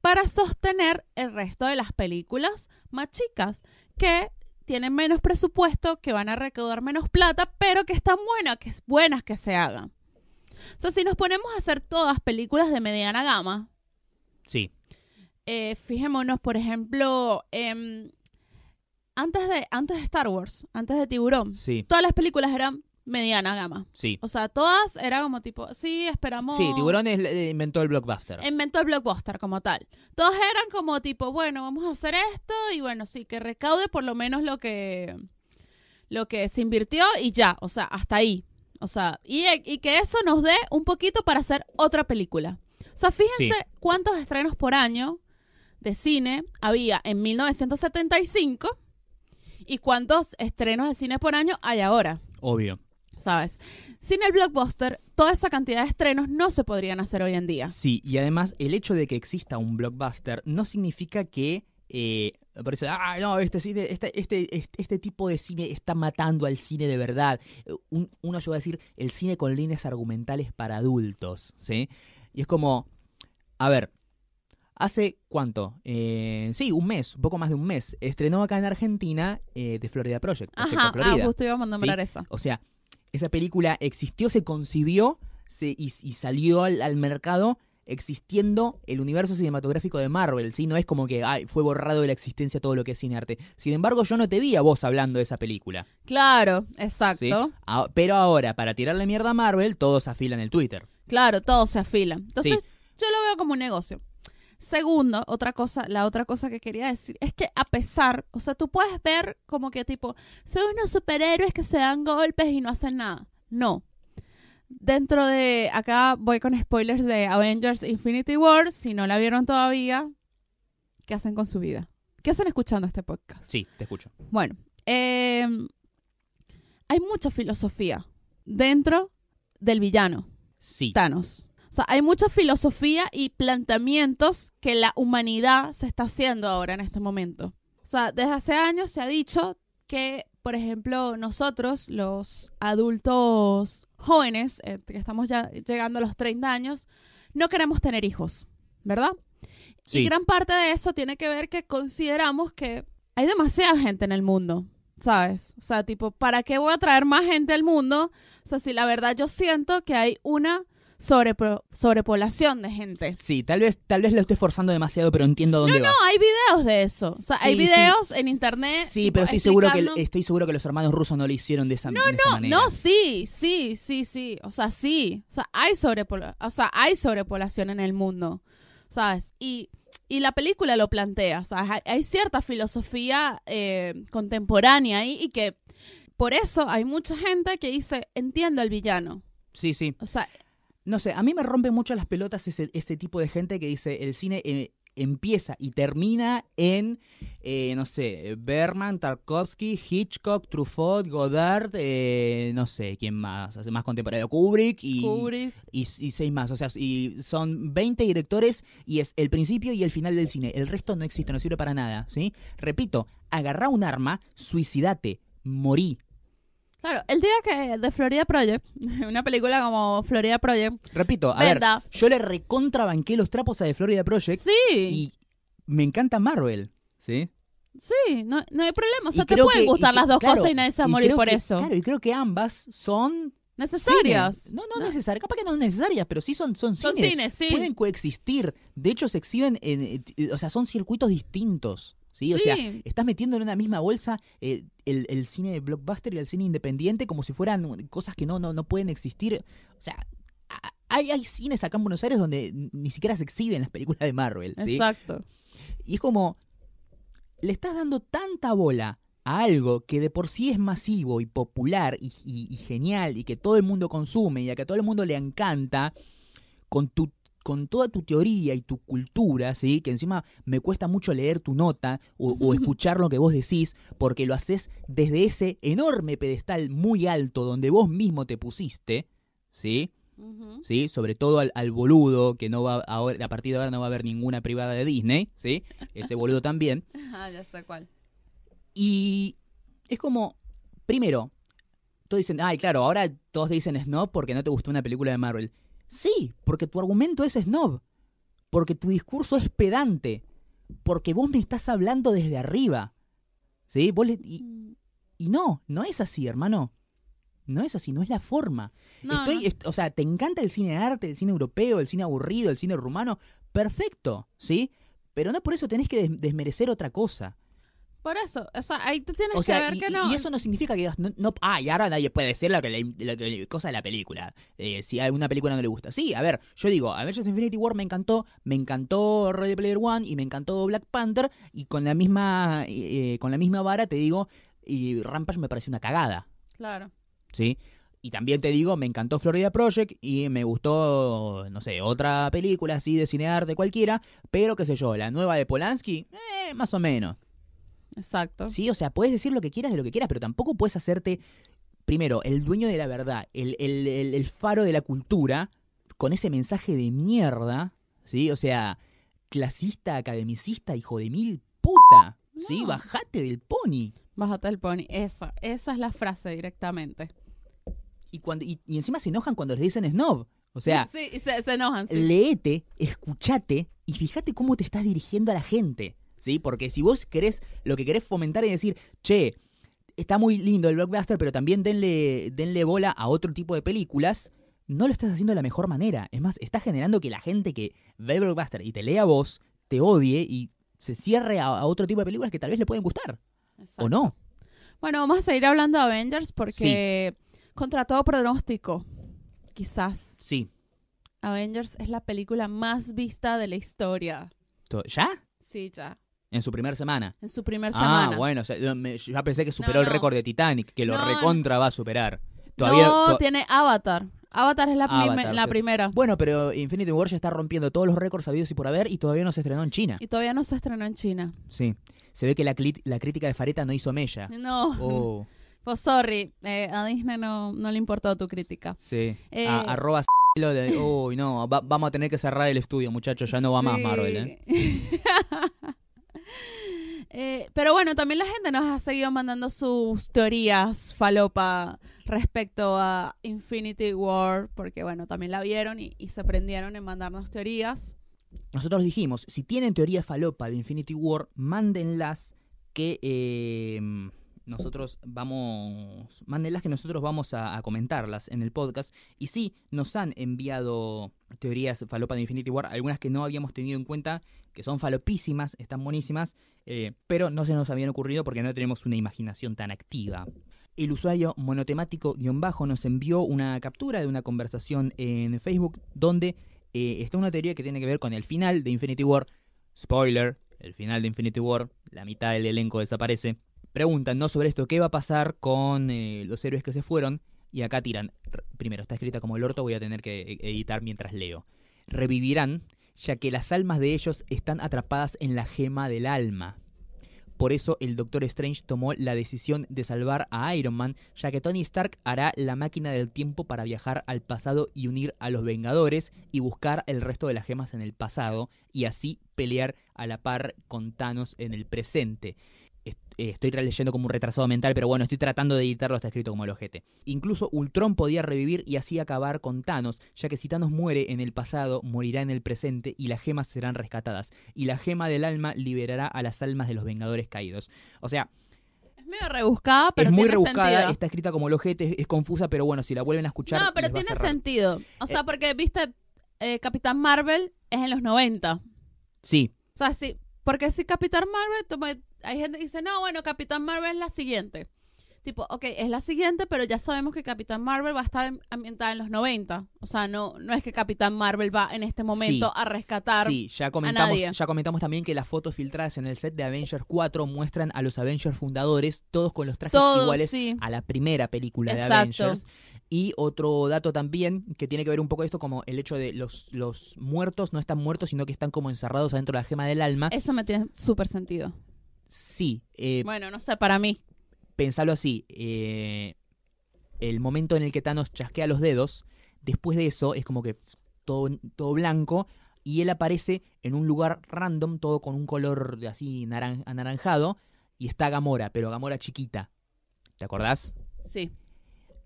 [SPEAKER 1] para sostener el resto de las películas más chicas que tienen menos presupuesto, que van a recaudar menos plata, pero que están buenas, que es buenas que se hagan. O sea, si nos ponemos a hacer todas películas de mediana gama,
[SPEAKER 2] Sí,
[SPEAKER 1] eh, fijémonos, por ejemplo, em, antes, de, antes de Star Wars, antes de Tiburón,
[SPEAKER 2] sí,
[SPEAKER 1] todas las películas eran mediana gama.
[SPEAKER 2] sí.
[SPEAKER 1] O sea, todas era como tipo, sí, esperamos.
[SPEAKER 2] Sí, Tiburón es- eh, inventó el blockbuster.
[SPEAKER 1] Inventó el blockbuster como tal. Todas eran como tipo, bueno, vamos a hacer esto y bueno, sí, que recaude por lo menos lo que lo que se invirtió y ya, o sea, hasta ahí. O sea, y, y que eso nos dé un poquito para hacer otra película. O sea, fíjense
[SPEAKER 2] Sí.
[SPEAKER 1] cuántos estrenos por año de cine había en 1975 y cuántos estrenos de cine por año hay ahora.
[SPEAKER 2] Obvio.
[SPEAKER 1] ¿sabes? Sin el blockbuster, toda esa cantidad de estrenos no se podrían hacer hoy en día.
[SPEAKER 2] Sí, y además el hecho de que exista un blockbuster no significa que eh, parece, ah, no, este, cine- este, este, este, este tipo de cine está matando al cine de verdad. Eh, un- uno llegó a decir el cine con líneas argumentales para adultos, ¿sí? Y es como, a ver, hace cuánto? Eh, sí, un mes, un poco más de un mes, estrenó acá en Argentina eh, The Florida Project. Proyecto
[SPEAKER 1] Ajá, ah,
[SPEAKER 2] Florida.
[SPEAKER 1] justo iba a nombrar esa.
[SPEAKER 2] O sea, esa película existió, se concibió se- y, y salió al, al mercado existiendo el universo cinematográfico de Marvel, ¿sí? No es como que ay, fue borrado de la existencia todo lo que es cine arte. Sin embargo, yo no te vi a vos hablando de esa película,
[SPEAKER 1] Claro,
[SPEAKER 2] ¿sí?
[SPEAKER 1] exacto.
[SPEAKER 2] Ah, pero ahora, para tirarle mierda a Marvel, todos afilan el Twitter.
[SPEAKER 1] Claro, todo se afila. Entonces,
[SPEAKER 2] Sí.
[SPEAKER 1] yo lo veo como un negocio. Segundo, otra cosa, la otra cosa que quería decir es que a pesar, o sea, tú puedes ver como que tipo, son unos superhéroes que se dan golpes y no hacen nada. No. Dentro de, acá voy con spoilers de Avengers Infinity War, si no la vieron todavía, ¿qué hacen con su vida? ¿Qué hacen escuchando este podcast?
[SPEAKER 2] Sí, te escucho.
[SPEAKER 1] Bueno, eh, hay mucha filosofía dentro del villano,
[SPEAKER 2] Sí.
[SPEAKER 1] Thanos. O sea, hay mucha filosofía y planteamientos que la humanidad se está haciendo ahora en este momento. O sea, desde hace años se ha dicho que, por ejemplo, nosotros, los adultos jóvenes, eh, que estamos ya llegando a los 30 años, no queremos tener hijos, ¿verdad?
[SPEAKER 2] Sí.
[SPEAKER 1] Y gran parte de eso tiene que ver que consideramos que hay demasiada gente en el mundo, ¿sabes? O sea, tipo, ¿para qué voy a traer más gente al mundo? O sea, si la verdad yo siento que hay una sobrepro- sobrepoblación de gente.
[SPEAKER 2] Sí, tal vez, tal vez lo estoy forzando demasiado, pero entiendo a dónde vas.
[SPEAKER 1] No, hay videos de eso. O sea, hay
[SPEAKER 2] Sí, sí.
[SPEAKER 1] videos en internet.
[SPEAKER 2] Sí,
[SPEAKER 1] tipo,
[SPEAKER 2] pero estoy seguro que
[SPEAKER 1] explicando-
[SPEAKER 2] estoy seguro que los hermanos rusos no lo hicieron de esa, de esa manera.
[SPEAKER 1] No, sí, sí, sí, sí. O sea, sí. O sea, hay sobrepoblación. O sea, hay sobrepoblación en el mundo. ¿Sabes? Y, y la película lo plantea. ¿Sabes? Hay, hay cierta filosofía eh, contemporánea ahí y que por eso hay mucha gente que dice, entiendo al villano.
[SPEAKER 2] Sí, sí.
[SPEAKER 1] O sea,
[SPEAKER 2] No sé, a mí me rompen mucho las pelotas ese, ese tipo de gente que dice el cine eh, empieza y termina en, eh, no sé, Berman, Tarkovsky, Hitchcock, Truffaut, Godard, eh, no sé, quién más, hace más contemporáneo, Kubrick y,
[SPEAKER 1] Kubrick.
[SPEAKER 2] y, y seis más. O sea, y son 20 directores y es el principio y el final del cine. El resto no existe, no sirve para nada, ¿sí? Repito, agarrá un arma, suicidate, morí.
[SPEAKER 1] Claro, el día que de Florida Project, una película como Florida Project,
[SPEAKER 2] Repito, a
[SPEAKER 1] Venda.
[SPEAKER 2] ver, yo le recontrabanqué los trapos a The Florida Project.
[SPEAKER 1] sí,
[SPEAKER 2] y me encanta Marvel. ¿Sí?
[SPEAKER 1] sí, no, no hay problema. O sea,
[SPEAKER 2] Y
[SPEAKER 1] te
[SPEAKER 2] creo
[SPEAKER 1] pueden
[SPEAKER 2] que-
[SPEAKER 1] gustar
[SPEAKER 2] y
[SPEAKER 1] las
[SPEAKER 2] que-
[SPEAKER 1] dos
[SPEAKER 2] claro,
[SPEAKER 1] cosas y nadie se va a
[SPEAKER 2] y
[SPEAKER 1] morir
[SPEAKER 2] creo
[SPEAKER 1] por
[SPEAKER 2] que-
[SPEAKER 1] eso.
[SPEAKER 2] Claro, y creo que ambas son.
[SPEAKER 1] Necesarias.
[SPEAKER 2] cine. No, no, necesarias. Capaz que no necesarias, pero sí son, son,
[SPEAKER 1] Son
[SPEAKER 2] cine.
[SPEAKER 1] cines, sí.
[SPEAKER 2] Pueden coexistir. De hecho, se exhiben. En, eh, eh, o sea, son circuitos distintos. ¿sí? O
[SPEAKER 1] Sí.
[SPEAKER 2] sea, estás metiendo en una misma bolsa eh, el, el cine de blockbuster y el cine independiente como si fueran cosas que no, no, no pueden existir. O sea. a- Hay, hay cines acá en Buenos Aires donde ni siquiera se exhiben las películas de Marvel. ¿sí?
[SPEAKER 1] Exacto.
[SPEAKER 2] Y es como, le estás dando tanta bola a algo que de por sí es masivo y popular y, y- y genial y que todo el mundo consume y a que a todo el mundo le encanta, con, tu, con toda tu teoría y tu cultura, ¿sí? que encima me cuesta mucho leer tu nota o, o escuchar lo que vos decís, porque lo haces desde ese enorme pedestal muy alto donde vos mismo te pusiste, ¿sí?
[SPEAKER 1] Ujú.
[SPEAKER 2] ¿sí? Sobre todo al, al boludo, que no va ahora, a partir de ahora no va a haber ninguna privada de Disney, ¿sí? Ese boludo también.
[SPEAKER 1] Ah, ya sé cuál.
[SPEAKER 2] Y es como, primero, todos dicen, ay, claro, ahora todos dicen snob porque no te gustó una película de Marvel. Sí, porque tu argumento es snob, porque tu discurso es pedante, porque vos me estás hablando desde arriba, ¿sí? Vos le- y,
[SPEAKER 1] Mm.
[SPEAKER 2] y no, no es así, hermano. No es así, no es la forma.
[SPEAKER 1] No,
[SPEAKER 2] Estoy,
[SPEAKER 1] no.
[SPEAKER 2] est- o sea, te encanta el cine de arte, el cine europeo, el cine aburrido, el cine rumano, perfecto, ¿sí? Pero no por eso tenés que des- desmerecer otra cosa.
[SPEAKER 1] Por eso, o sea, ahí tú tienes
[SPEAKER 2] O sea,
[SPEAKER 1] que ver
[SPEAKER 2] y,
[SPEAKER 1] que
[SPEAKER 2] y-
[SPEAKER 1] no.
[SPEAKER 2] y eso no significa que digas, no, no- ah, y ahora nadie puede decir lo que, le, lo que le- cosa de la película, eh, si a una película no le gusta. Sí, a ver, yo digo, Avengers Infinity War me encantó, me encantó Ready Player One y me encantó Black Panther, y con la misma, eh, con la misma vara te digo, y Rampage me pareció una cagada.
[SPEAKER 1] Claro.
[SPEAKER 2] ¿sí? Y también te digo, me encantó Florida Project y me gustó, no sé, otra película así de cinearte cualquiera, pero qué sé yo, la nueva de Polanski, eh, más o menos.
[SPEAKER 1] Exacto.
[SPEAKER 2] Sí, o sea, puedes decir lo que quieras de lo que quieras, pero tampoco puedes hacerte, primero, el dueño de la verdad, el, el- el- el faro de la cultura, con ese mensaje de mierda, ¿sí? O sea, clasista, academicista, hijo de mil puta, ¿sí?
[SPEAKER 1] No.
[SPEAKER 2] Bajate del pony.
[SPEAKER 1] Bájate el pony. Esa, esa es la frase directamente.
[SPEAKER 2] Y, cuando, y, y encima se enojan cuando les dicen snob. O sea,
[SPEAKER 1] sí, y se, se enojan. Sí.
[SPEAKER 2] leete, escuchate y fíjate cómo te estás dirigiendo a la gente. ¿Sí? Porque si vos querés, lo que querés fomentar es decir, che, está muy lindo el blockbuster, pero también denle, denle bola a otro tipo de películas, no lo estás haciendo de la mejor manera. Es más, estás generando que la gente que ve el blockbuster y te lea a vos, te odie y se cierre a, a otro tipo de películas que tal vez le pueden gustar.
[SPEAKER 1] Exacto.
[SPEAKER 2] ¿O no?
[SPEAKER 1] Bueno, vamos a seguir hablando de Avengers porque contra todo pronóstico, quizás
[SPEAKER 2] Sí.
[SPEAKER 1] Avengers es la película más vista de la historia.
[SPEAKER 2] To- ¿Ya?
[SPEAKER 1] Sí, ya.
[SPEAKER 2] En su primera semana.
[SPEAKER 1] En su primer
[SPEAKER 2] Ah,
[SPEAKER 1] semana.
[SPEAKER 2] bueno, o sea, yo me- yo ya pensé que superó el
[SPEAKER 1] no.
[SPEAKER 2] récord de Titanic, que lo
[SPEAKER 1] No,
[SPEAKER 2] recontra va a superar. Todavía,
[SPEAKER 1] no,
[SPEAKER 2] to-
[SPEAKER 1] tiene Avatar. Avatar es la, prime-
[SPEAKER 2] Avatar,
[SPEAKER 1] la
[SPEAKER 2] sí.
[SPEAKER 1] primera.
[SPEAKER 2] Bueno, pero Infinity War ya está rompiendo todos los récords sabidos y por haber y todavía no se estrenó en China.
[SPEAKER 1] Y todavía no se estrenó en China.
[SPEAKER 2] Sí. Se ve que la, clit- la crítica de Fareta no hizo mella.
[SPEAKER 1] No.
[SPEAKER 2] Oh,
[SPEAKER 1] Pues sorry, eh, a Disney no, no le importó tu crítica.
[SPEAKER 2] sí.
[SPEAKER 1] Eh.
[SPEAKER 2] A- arroba lo de, uy, no, va- vamos a ¿eh? tener que cerrar el estudio, muchachos, ya no va más
[SPEAKER 1] Sí.
[SPEAKER 2] Marvel, ¿eh?
[SPEAKER 1] Eh, pero bueno, también la gente nos ha seguido mandando sus teorías falopa respecto a Infinity War, porque bueno, también la vieron y, y se prendieron en mandarnos teorías.
[SPEAKER 2] Nosotros dijimos, si tienen teoría falopa de Infinity War, mándenlas que eh, nosotros vamos, mándenlas que nosotros vamos a, a comentarlas en el podcast. Y sí, nos han enviado teorías falopa de Infinity War, algunas que no habíamos tenido en cuenta, que son falopísimas, están buenísimas, eh, pero no se nos habían ocurrido porque no tenemos una imaginación tan activa. El usuario monotemático-bajo nos envió una captura de una conversación en Facebook donde eh, está una teoría que tiene que ver con el final de Infinity War. Spoiler, el final de Infinity War, la mitad del elenco desaparece. Preguntan, ¿no? Sobre esto, ¿qué va a pasar con eh, los héroes que se fueron? Y acá tiran, r- primero, está escrita como el orto, voy a tener que e- editar mientras leo. Revivirán, ya que las almas de ellos están atrapadas en la gema del alma. Por eso el Doctor Strange tomó la decisión de salvar a Iron Man, ya que Tony Stark hará la máquina del tiempo para viajar al pasado y unir a los Vengadores y buscar el resto de las gemas en el pasado y así pelear a la par con Thanos en el presente. Est- eh, Estoy leyendo como un retrasado mental, pero bueno, estoy tratando de editarlo, está escrito como el ojete. Incluso Ultron podía revivir y así acabar con Thanos, ya que si Thanos muere en el pasado, morirá en el presente y las gemas serán rescatadas y la gema del alma liberará a las almas de los Vengadores caídos. O sea,
[SPEAKER 1] Es medio rebuscada, pero
[SPEAKER 2] es muy
[SPEAKER 1] tiene
[SPEAKER 2] rebuscada,
[SPEAKER 1] sentido.
[SPEAKER 2] está escrita como lojete, es, es confusa, pero bueno, si la vuelven a escuchar.
[SPEAKER 1] no, pero
[SPEAKER 2] les va a
[SPEAKER 1] tiene
[SPEAKER 2] cerrar.
[SPEAKER 1] sentido. O sea, porque, viste, eh, Capitán Marvel es en los 90. O
[SPEAKER 2] Sí,
[SPEAKER 1] sea, sí, porque si Capitán Marvel, toma- hay gente que dice, no, bueno, Capitán Marvel es la siguiente. Tipo, ok, es la siguiente, pero ya sabemos que Capitán Marvel va a estar en- ambientada en los 90. O sea, no, no es que Capitán Marvel va en este momento
[SPEAKER 2] Sí.
[SPEAKER 1] a rescatar.
[SPEAKER 2] sí, ya comentamos,
[SPEAKER 1] nadie.
[SPEAKER 2] ya comentamos también que las fotos filtradas en el set de Avengers 4 muestran a los Avengers fundadores, todos con los trajes
[SPEAKER 1] Todos,
[SPEAKER 2] iguales
[SPEAKER 1] sí.
[SPEAKER 2] a la primera película de
[SPEAKER 1] Exacto.
[SPEAKER 2] Avengers. Y otro dato también que tiene que ver un poco esto, como el hecho de los, los muertos no están muertos, sino que están como encerrados adentro de la gema del alma.
[SPEAKER 1] Eso me tiene súper sentido.
[SPEAKER 2] Sí, eh,
[SPEAKER 1] Bueno, no sé, para mí.
[SPEAKER 2] pensalo así. eh, el momento en el que Thanos chasquea los dedos, después de eso es como que f- todo, todo blanco y él aparece en un lugar random, todo con un color de así naran- anaranjado y está Gamora, pero Gamora chiquita. ¿Te acordás?
[SPEAKER 1] Sí.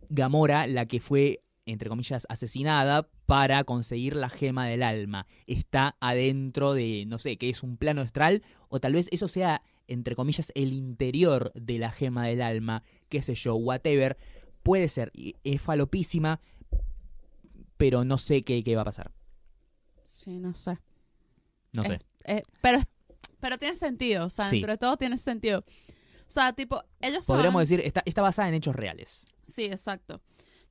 [SPEAKER 2] Gamora, la que fue, entre comillas, asesinada para conseguir la gema del alma. Está adentro de, no sé, que es un plano astral, o tal vez eso sea, entre comillas, el interior de la gema del alma, qué sé yo, whatever. Puede ser, y es falopísima, pero no sé qué, qué va a pasar.
[SPEAKER 1] Sí, no sé.
[SPEAKER 2] No sé.
[SPEAKER 1] Es- es- pero, pero tiene sentido, o sea,
[SPEAKER 2] Sí.
[SPEAKER 1] dentro de todo tiene sentido. O sea, tipo, ellos
[SPEAKER 2] Podríamos
[SPEAKER 1] saben-
[SPEAKER 2] decir, está, está basada en hechos reales.
[SPEAKER 1] Sí, exacto.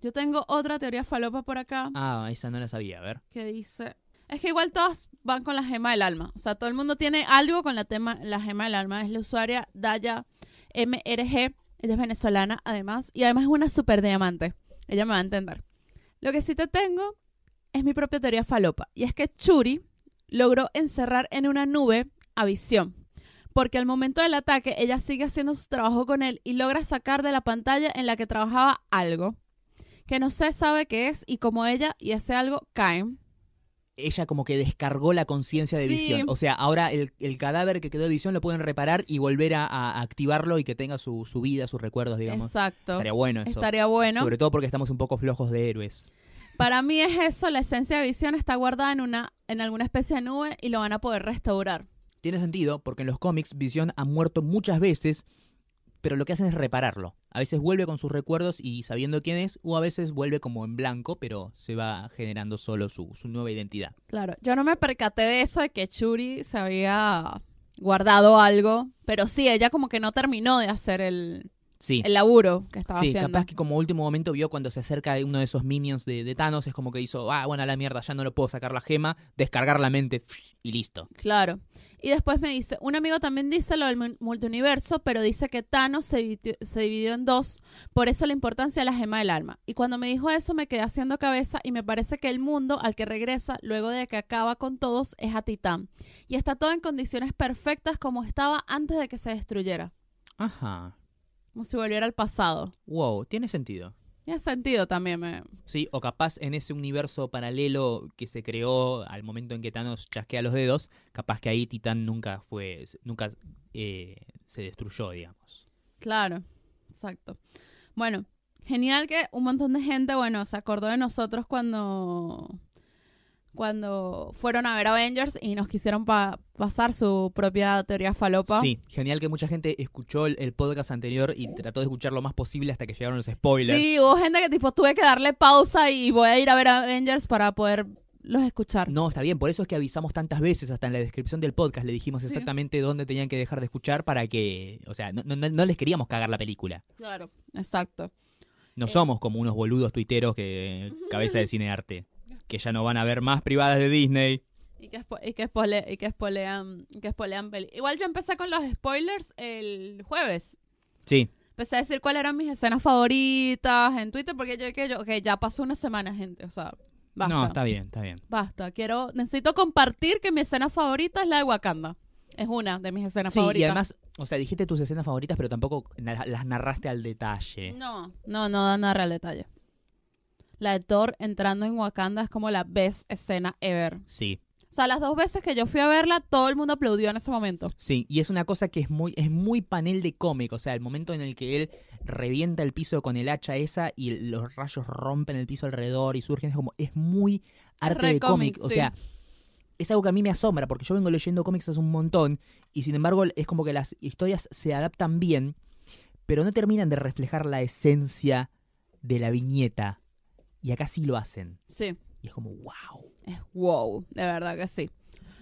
[SPEAKER 1] Yo tengo otra teoría falopa por acá
[SPEAKER 2] Ah, esa no la sabía, a ver.
[SPEAKER 1] que dice... Es que igual todas van con la gema del alma. O sea, todo el mundo tiene algo con la, tema, la gema del alma. Es la usuaria Daya MRG. Ella es venezolana, además. Y además es una super diamante. Ella me va a entender. Lo que sí te tengo es mi propia teoría falopa. Y es que Churi logró encerrar en una nube a Visión. Porque al momento del ataque, ella sigue haciendo su trabajo con él y logra sacar de la pantalla en la que trabajaba algo. Que no se sabe qué es y como ella y ese algo caen.
[SPEAKER 2] ella como que descargó la conciencia de
[SPEAKER 1] Sí.
[SPEAKER 2] visión. O sea, ahora el, el cadáver que quedó de visión lo pueden reparar y volver a, a activarlo y que tenga su, su vida, sus recuerdos, digamos.
[SPEAKER 1] Exacto.
[SPEAKER 2] Estaría bueno eso.
[SPEAKER 1] Estaría bueno.
[SPEAKER 2] Sobre todo porque estamos un poco flojos de héroes.
[SPEAKER 1] Para mí es eso, la esencia de visión está guardada en una en alguna especie de nube y lo van a poder restaurar.
[SPEAKER 2] Tiene sentido porque en los cómics Visión ha muerto muchas veces, pero lo que hacen es repararlo. A veces vuelve con sus recuerdos y sabiendo quién es, o a veces vuelve como en blanco, pero se va generando solo su, su nueva identidad.
[SPEAKER 1] Claro, yo no me percaté de eso de que Churi se había guardado algo, pero sí, ella como que no terminó de hacer el,
[SPEAKER 2] Sí.
[SPEAKER 1] el laburo que estaba
[SPEAKER 2] Sí,
[SPEAKER 1] haciendo.
[SPEAKER 2] capaz que como último momento vio cuando se acerca uno de esos minions de, de Thanos, es como que hizo, ah, bueno, a la mierda, ya no lo puedo sacar la gema, descargar la mente pf, y listo.
[SPEAKER 1] Claro. Y después me dice, un amigo también dice lo del mu- multiuniverso, pero dice que Thanos se dividió, se dividió en dos, por eso la importancia de la gema del alma. Y cuando me dijo eso me quedé haciendo cabeza y me parece que el mundo al que regresa luego de que acaba con todos es a Titán. Y está todo en condiciones perfectas como estaba antes de que se destruyera,
[SPEAKER 2] Ajá.
[SPEAKER 1] como si volviera al pasado.
[SPEAKER 2] Wow, tiene sentido.
[SPEAKER 1] Tiene sentido también. me-
[SPEAKER 2] Sí, o capaz en ese universo paralelo que se creó al momento en que Thanos chasquea los dedos, capaz que ahí Titán nunca fue, nunca eh, se destruyó, digamos.
[SPEAKER 1] Claro, exacto. Bueno, genial que un montón de gente, bueno, se acordó de nosotros cuando cuando fueron a ver Avengers y nos quisieron pa- pasar su propia teoría falopa.
[SPEAKER 2] Sí, genial que mucha gente escuchó el, el podcast anterior y trató de escuchar lo más posible hasta que llegaron los spoilers.
[SPEAKER 1] Sí, hubo gente que tipo tuve que darle pausa y voy a ir a ver Avengers para poder los escuchar.
[SPEAKER 2] No, está bien, por eso es que avisamos tantas veces, hasta en la descripción del podcast le dijimos
[SPEAKER 1] Sí.
[SPEAKER 2] exactamente dónde tenían que dejar de escuchar para que, o sea, no, no- no les queríamos cagar la película.
[SPEAKER 1] Claro. Exacto.
[SPEAKER 2] No
[SPEAKER 1] Eh.
[SPEAKER 2] somos como unos boludos tuiteros que cabeza de cinearte, que ya no van a ver más privadas de Disney.
[SPEAKER 1] Y que, spo- y que, spole- y que spoilean, y que spoilean peli. Igual yo empecé con los spoilers el jueves.
[SPEAKER 2] Sí,
[SPEAKER 1] Empecé a decir cuáles eran mis escenas favoritas en Twitter porque yo que yo, ok, ya pasó una semana, gente. O sea, basta.
[SPEAKER 2] no, está bien, está bien.
[SPEAKER 1] Basta. Quiero, necesito compartir que mi escena favorita es la de Wakanda. Es una de mis escenas
[SPEAKER 2] Sí,
[SPEAKER 1] favoritas.
[SPEAKER 2] y además, o sea, dijiste tus escenas favoritas, pero tampoco na- las narraste al detalle.
[SPEAKER 1] No, no, no da nada al detalle. La de Thor entrando en Wakanda es como la best escena ever.
[SPEAKER 2] Sí,
[SPEAKER 1] O sea, las dos veces que yo fui a verla, todo el mundo aplaudió en ese momento.
[SPEAKER 2] sí, y es una cosa que es muy, es muy panel de cómic, o sea, el momento en el que él revienta el piso con el hacha esa y el- los rayos rompen el piso alrededor y surgen, es como, es muy arte
[SPEAKER 1] re
[SPEAKER 2] de cómic,
[SPEAKER 1] cómic,
[SPEAKER 2] o
[SPEAKER 1] sí.
[SPEAKER 2] sea, es algo que a mí me asombra, porque yo vengo leyendo cómics hace un montón, y sin embargo es como que las historias se adaptan bien, pero no terminan de reflejar la esencia de la viñeta, y acá sí lo hacen,
[SPEAKER 1] Sí,
[SPEAKER 2] y es como, wow.
[SPEAKER 1] es wow, de verdad que sí.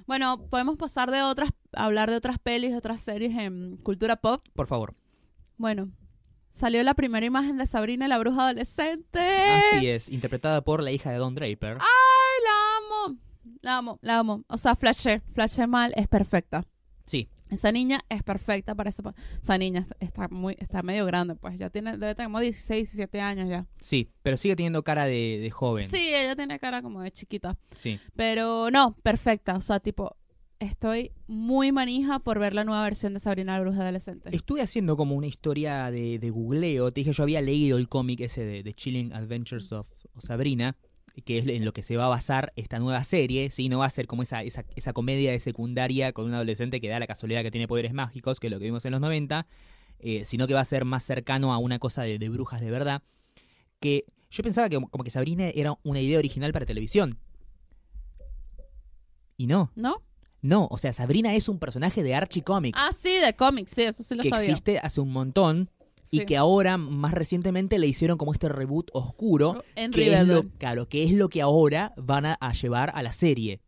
[SPEAKER 1] Bueno, podemos pasar de otras, a hablar de otras pelis, de otras series en cultura pop.
[SPEAKER 2] Por favor.
[SPEAKER 1] Bueno, salió la primera imagen de Sabrina la bruja adolescente.
[SPEAKER 2] Así es, interpretada por la hija de Don Draper.
[SPEAKER 1] Ay, la amo, la amo, la amo. O sea, flashé, flashé mal, es perfecta.
[SPEAKER 2] Sí,
[SPEAKER 1] Esa niña es perfecta para esa... Esa niña está- está muy está medio grande, pues ya tiene debe tener como 16, 17 años ya.
[SPEAKER 2] sí, pero sigue teniendo cara de, de joven.
[SPEAKER 1] Sí, ella tiene cara como de chiquita.
[SPEAKER 2] Sí.
[SPEAKER 1] Pero no, perfecta. O sea, tipo, estoy muy manija por ver la nueva versión de Sabrina la Bruja Adolescente.
[SPEAKER 2] Estuve haciendo como una historia de, de googleo. Te dije, yo había leído el cómic ese de, de Chilling Adventures of of Sabrina, que es en lo que se va a basar esta nueva serie. Sí, no va a ser como esa, esa, esa comedia de secundaria con un adolescente que da la casualidad que tiene poderes mágicos, que es lo que vimos en los 90, eh, sino que va a ser más cercano a una cosa de, de brujas de verdad. Que yo pensaba que como que Sabrina era una idea original para televisión. Y no,
[SPEAKER 1] ¿No?
[SPEAKER 2] no, o sea, Sabrina es un personaje de Archie Comics
[SPEAKER 1] Ah, sí, de cómics, sí, eso sí lo
[SPEAKER 2] que
[SPEAKER 1] sabía.
[SPEAKER 2] existe hace un montón y
[SPEAKER 1] Sí.
[SPEAKER 2] que ahora más recientemente le hicieron como este reboot oscuro
[SPEAKER 1] en
[SPEAKER 2] que es,
[SPEAKER 1] Riverdale.
[SPEAKER 2] lo, claro, que es lo que ahora van a, a llevar a la serie.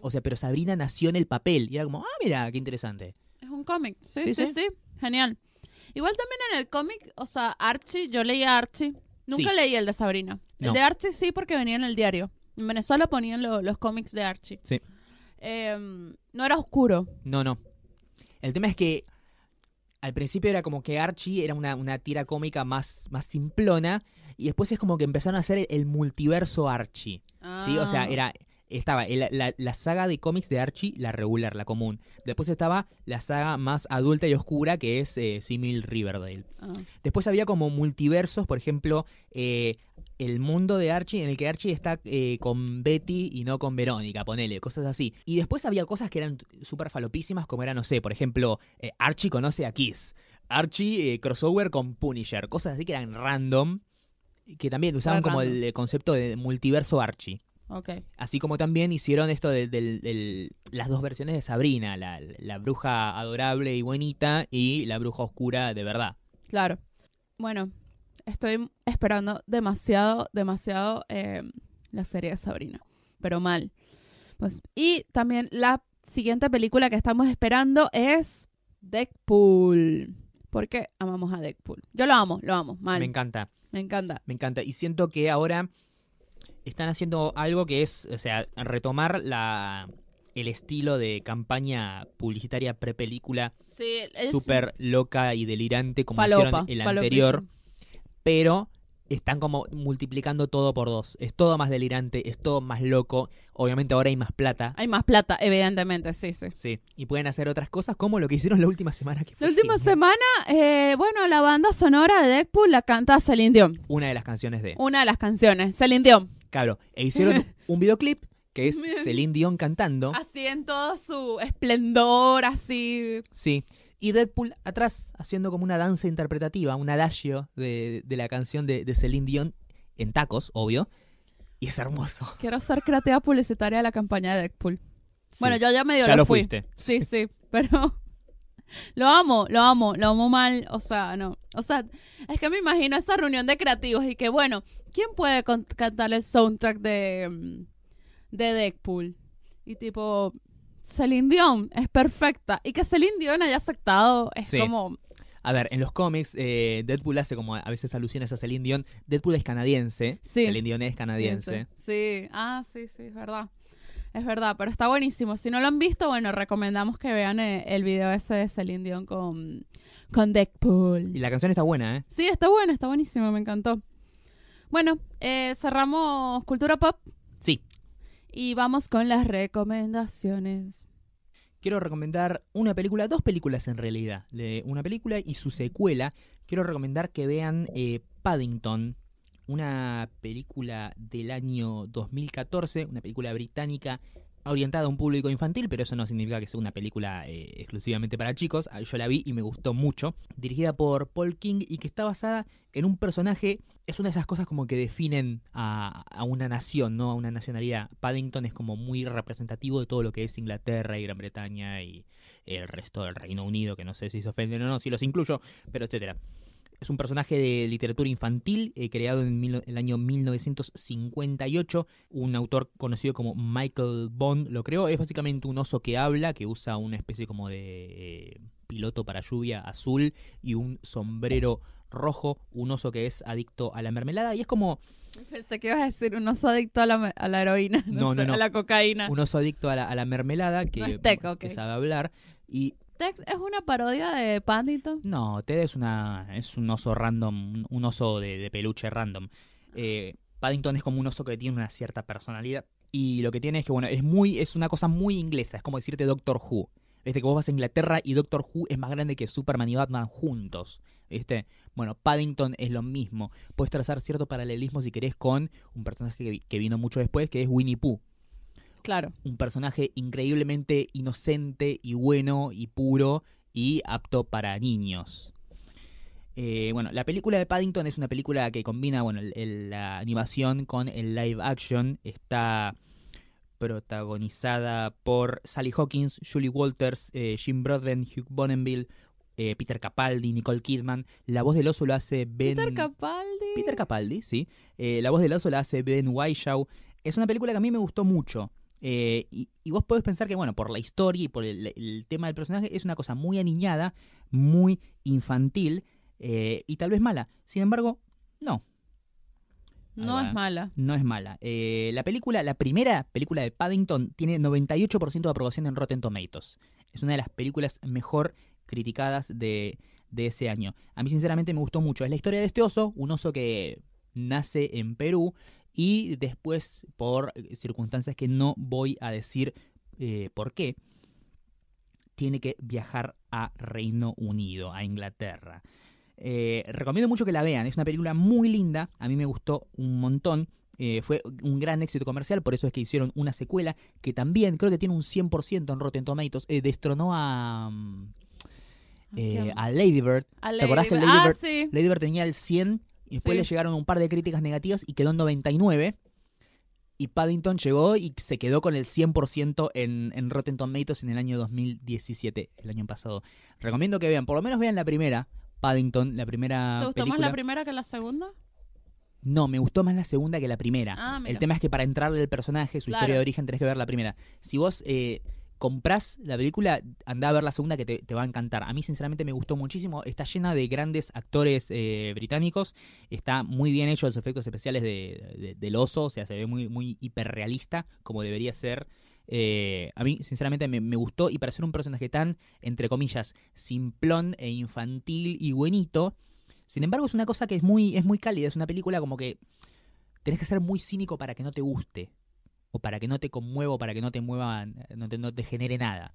[SPEAKER 2] O sea, pero Sabrina nació en el papel y era como, ah, mira, qué interesante.
[SPEAKER 1] Es un cómic. Sí
[SPEAKER 2] Sí,
[SPEAKER 1] sí, sí,
[SPEAKER 2] sí.
[SPEAKER 1] Genial. Igual también en el cómic, o sea, Archie, yo leía Archie. Nunca
[SPEAKER 2] Sí.
[SPEAKER 1] leí el de Sabrina.
[SPEAKER 2] No.
[SPEAKER 1] El de Archie sí, porque venía en el diario. En Venezuela ponían lo- los cómics de Archie.
[SPEAKER 2] Sí.
[SPEAKER 1] Eh, no era oscuro.
[SPEAKER 2] No, no. El tema es que al principio era como que Archie era una, una tira cómica más, más simplona y después es como que empezaron a hacer el- el multiverso Archie. Sí, o sea,
[SPEAKER 1] Ah.
[SPEAKER 2] era estaba el- la, la saga de cómics de Archie, la regular, la común. Después estaba la saga más adulta y oscura, que es eh, Simil Riverdale.
[SPEAKER 1] Ah.
[SPEAKER 2] Después había como multiversos, por ejemplo, eh, el mundo de Archie, en el que Archie está eh, con Betty y no con Verónica, ponele, cosas así. Y después había cosas que eran súper falopísimas, como era, no sé, por ejemplo, eh, Archie conoce a Kiss. Archie eh, crossover con Punisher, cosas así que eran random, que también usaban como
[SPEAKER 1] random.
[SPEAKER 2] el eh, concepto de multiverso Archie.
[SPEAKER 1] Ok.
[SPEAKER 2] Así como también hicieron esto de, del- del- las dos versiones de Sabrina, la, la bruja adorable y buenita y la bruja oscura de verdad.
[SPEAKER 1] Claro. Bueno, estoy esperando demasiado, demasiado eh, la serie de Sabrina, pero mal. Pues, y también la siguiente película que estamos esperando es Deadpool. Porque amamos a Deadpool. Yo lo amo, lo amo, mal. Me,
[SPEAKER 2] Me encanta,
[SPEAKER 1] encanta.
[SPEAKER 2] me encanta. Y siento que ahora están haciendo algo que es, o sea, retomar la, el estilo de campaña publicitaria prepelícula
[SPEAKER 1] Sí, es
[SPEAKER 2] súper loca y delirante como
[SPEAKER 1] falopa,
[SPEAKER 2] hicieron el
[SPEAKER 1] falopísimo.
[SPEAKER 2] anterior, pero están como multiplicando todo por dos. Es todo más delirante, es todo más loco. Obviamente ahora hay más plata.
[SPEAKER 1] Hay más plata, evidentemente, sí, sí.
[SPEAKER 2] Sí. Y pueden hacer otras cosas como lo que hicieron la última semana. Que fue
[SPEAKER 1] La última
[SPEAKER 2] genial.
[SPEAKER 1] semana, eh, bueno, la banda sonora de Deadpool la canta Celine Dion.
[SPEAKER 2] Una de las canciones de.
[SPEAKER 1] Una de las canciones, Celine Dion.
[SPEAKER 2] Claro. E hicieron un videoclip que es
[SPEAKER 1] Bien. Ah.
[SPEAKER 2] Celine Dion cantando.
[SPEAKER 1] Así en todo su esplendor, así.
[SPEAKER 2] Sí. Y Deadpool atrás haciendo como una danza interpretativa, un adagio de, de la canción de, de Celine Dion en tacos, obvio. Y es hermoso.
[SPEAKER 1] Quiero ser creativa publicitaria de la campaña de Deadpool.
[SPEAKER 2] Sí.
[SPEAKER 1] Bueno, yo ya medio
[SPEAKER 2] ya lo
[SPEAKER 1] fui.
[SPEAKER 2] fuiste.
[SPEAKER 1] Sí, sí, pero lo amo, lo amo, lo amo mal, o sea, no. O sea, es que me imagino esa reunión de creativos y que bueno, ¿quién puede con- cantar el soundtrack de mm, de Deadpool? Y tipo Celine Dion es perfecta y que Celine Dion haya aceptado es
[SPEAKER 2] Sí.
[SPEAKER 1] como
[SPEAKER 2] A ver, en los cómics, eh, Deadpool hace como a veces alusiones a Celine Dion. Deadpool es canadiense.
[SPEAKER 1] Sí.
[SPEAKER 2] Celine Dion es canadiense.
[SPEAKER 1] Sí, ah, sí, sí, es verdad. Es verdad, pero está buenísimo. Si no lo han visto, bueno, recomendamos que vean eh, el video ese de Celine Dion con con Deadpool.
[SPEAKER 2] Y la canción está buena, ¿eh?
[SPEAKER 1] Sí, está bueno, está buenísimo, me encantó. Bueno, eh, cerramos Cultura Pop
[SPEAKER 2] Sí.
[SPEAKER 1] y vamos con las recomendaciones.
[SPEAKER 2] Quiero recomendar una película, dos películas en realidad. De una película y su secuela. Quiero recomendar que vean eh, Paddington, una película del año 2014, una película británica orientada a un público infantil, pero eso no significa que sea una película eh, exclusivamente para chicos. Ah, Yo la vi y me gustó mucho. Dirigida por Paul King y que está basada en un personaje. Es una de esas cosas como que definen a, a una nación, ¿no? A una nacionalidad. Paddington es como muy representativo de todo lo que es Inglaterra y Gran Bretaña y el resto del Reino Unido, que no sé si se ofenden o no, si los incluyo, pero etcétera. Es un personaje de literatura infantil eh, creado en mil- el año 1958. Un autor conocido como Michael Bond lo creó. Es básicamente un oso que habla, que usa una especie como de eh, piloto para lluvia azul y un sombrero rojo. Un oso que es adicto a la mermelada. Y es como
[SPEAKER 1] Pensé que ibas a decir un oso adicto a la, me- a la heroína, no,
[SPEAKER 2] No,
[SPEAKER 1] sé,
[SPEAKER 2] no, no.
[SPEAKER 1] a la cocaína.
[SPEAKER 2] un oso adicto a la, a la mermelada que,
[SPEAKER 1] No es teco, Ah. ok.
[SPEAKER 2] que sabe hablar. Y
[SPEAKER 1] Tex- Es una parodia de Paddington.
[SPEAKER 2] No, Ted es una es un oso random, un- un oso de, de peluche random. Eh, Paddington es como un oso que tiene una cierta personalidad y lo que tiene es que bueno es muy es una cosa muy inglesa, es como decirte Doctor Who. Viste que vos vas a Inglaterra y Doctor Who es más grande que Superman y Batman juntos. ¿Viste? Bueno, Paddington es lo mismo. Puedes trazar cierto paralelismo si querés con un personaje que, vi- que vino mucho después, que es Winnie Pooh
[SPEAKER 1] Claro.
[SPEAKER 2] un personaje increíblemente inocente y bueno y puro y apto para niños. Eh, bueno, la película de Paddington es una película que combina bueno, el- el- la animación con el live action. Está protagonizada por Sally Hawkins, Julie Walters, eh, Jim Broadbent, Hugh Bonneville, eh, Peter Capaldi, Nicole Kidman. La voz del oso lo hace Ben...
[SPEAKER 1] Peter Capaldi.
[SPEAKER 2] Peter Capaldi, sí. Eh, la voz del oso la hace Ben Whishaw. Es una película que a mí me gustó mucho. Eh, y, y vos podés pensar que, bueno, por la historia y por el, el tema del personaje, es una cosa muy aniñada, muy infantil eh, y tal vez mala. Sin embargo, no,
[SPEAKER 1] no
[SPEAKER 2] Ahí va.
[SPEAKER 1] es mala.
[SPEAKER 2] no es mala. Eh, la película, la primera película de Paddington, tiene 98% de aprobación en Rotten Tomatoes. Es una de las películas mejor criticadas de, de ese año. A mí, sinceramente, me gustó mucho. Es la historia de este oso, un oso que nace en Perú y después, por eh, circunstancias que no voy a decir eh, por qué, tiene que viajar a Reino Unido, a Inglaterra. Eh, recomiendo mucho que la vean. Es una película muy linda. A mí me gustó un montón. Eh, fue un gran éxito comercial, por eso es que hicieron una secuela que también creo que tiene un 100% en Rotten Tomatoes. Eh, destronó a, mm, eh,
[SPEAKER 1] ¿A
[SPEAKER 2] a Lady Bird.
[SPEAKER 1] quién? A
[SPEAKER 2] ¿te acordás que
[SPEAKER 1] Lady-
[SPEAKER 2] Lady
[SPEAKER 1] ah,
[SPEAKER 2] Bird-
[SPEAKER 1] sí.
[SPEAKER 2] Lady Bird tenía el 100 y después
[SPEAKER 1] Sí.
[SPEAKER 2] le llegaron un par de críticas negativas y quedó en 99. Y Paddington llegó y se quedó con el 100% en, en Rotten Tomatoes en el año 2017, el año pasado. Recomiendo que vean, por lo menos vean la primera, Paddington, la primera
[SPEAKER 1] ¿Te gustó más
[SPEAKER 2] película.
[SPEAKER 1] la primera que la segunda?
[SPEAKER 2] No, me gustó más la segunda que la primera.
[SPEAKER 1] Ah, mira.
[SPEAKER 2] el tema es que para entrarle al personaje, su
[SPEAKER 1] Claro.
[SPEAKER 2] historia de origen, tenés que ver la primera. Si vos eh, comprás la película, andá a ver la segunda que te, te va a encantar. A mí, sinceramente, me gustó muchísimo. Está llena de grandes actores eh, británicos. Está muy bien hecho los efectos especiales de- de- del oso. O sea, se ve muy, muy hiperrealista, como debería ser. Eh, a mí, sinceramente, me, me gustó. Y para ser un personaje tan, entre comillas, simplón e infantil y buenito, Sin embargo, es una cosa que es muy, es muy cálida. Es una película como que tenés que ser muy cínico para que no te guste. O para que no te conmueva, o para que no te mueva, no te, no te genere nada.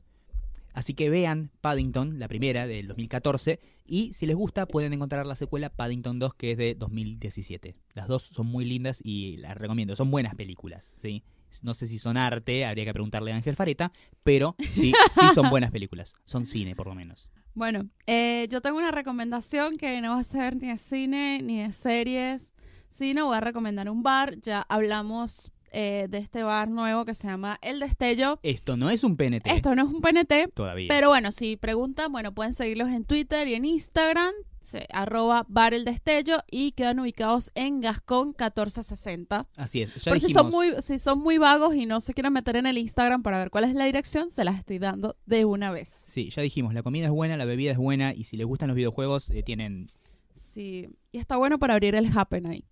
[SPEAKER 2] Así que vean Paddington, la primera del 2014, y si les gusta pueden encontrar la secuela Paddington 2 que es de 2017. Las dos son muy lindas y las recomiendo, son buenas películas, ¿sí? No sé si son arte, habría que preguntarle a Ángel Fareta, pero sí, sí son buenas películas, son cine por lo menos.
[SPEAKER 1] Bueno, eh, yo tengo una recomendación que no va a ser ni de cine ni de series, sino voy a recomendar un bar. Ya hablamos eh, de este bar nuevo que se llama El Destello.
[SPEAKER 2] Esto no es un PNT
[SPEAKER 1] Esto no es un PNT,
[SPEAKER 2] todavía.
[SPEAKER 1] pero bueno, si preguntan, bueno, pueden seguirlos en Twitter y en Instagram, se- arroba bar El Destello, y quedan ubicados en Gascón 1460.
[SPEAKER 2] Así es, ya
[SPEAKER 1] Por si
[SPEAKER 2] dijimos,
[SPEAKER 1] son, muy, si son muy vagos y no se quieren meter en el Instagram para ver cuál es la dirección, se las estoy dando de una vez.
[SPEAKER 2] sí, ya dijimos, la comida es buena, la bebida es buena y si les gustan los videojuegos eh, tienen
[SPEAKER 1] Sí. Y está bueno para abrir el Happen ahí.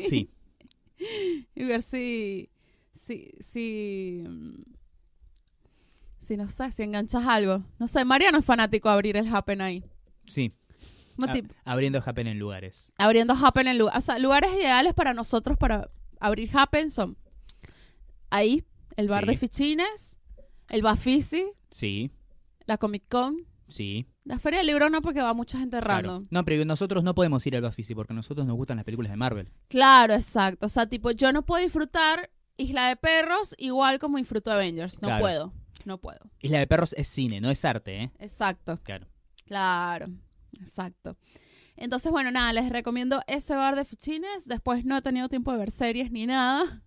[SPEAKER 2] sí,
[SPEAKER 1] Y ver si. Si. Si. mm, Si no sé, si enganchas algo. No sé, Mariano es fanático de abrir el Happen ahí.
[SPEAKER 2] sí,
[SPEAKER 1] Como
[SPEAKER 2] a-
[SPEAKER 1] tipo,
[SPEAKER 2] abriendo Happen en lugares.
[SPEAKER 1] abriendo Happen en lugares. O sea, lugares ideales para nosotros para abrir Happen son. Ahí, el bar
[SPEAKER 2] Sí.
[SPEAKER 1] de fichines, el Bafisi,
[SPEAKER 2] Sí,
[SPEAKER 1] la Comic Con.
[SPEAKER 2] sí.
[SPEAKER 1] La Feria del Libro no, porque va mucha gente
[SPEAKER 2] Claro.
[SPEAKER 1] random.
[SPEAKER 2] No, pero nosotros no podemos ir al Bafisi porque a nosotros nos gustan las películas de Marvel.
[SPEAKER 1] Claro, exacto. O sea, tipo, yo no puedo disfrutar Isla de Perros igual como disfruto Avengers. No
[SPEAKER 2] Claro.
[SPEAKER 1] puedo. No puedo.
[SPEAKER 2] Isla de Perros es cine, no es arte, ¿eh?
[SPEAKER 1] Exacto.
[SPEAKER 2] Claro.
[SPEAKER 1] Claro. Exacto. Entonces, bueno, nada, les recomiendo ese bar de fichines. Después no he tenido tiempo de ver series ni nada.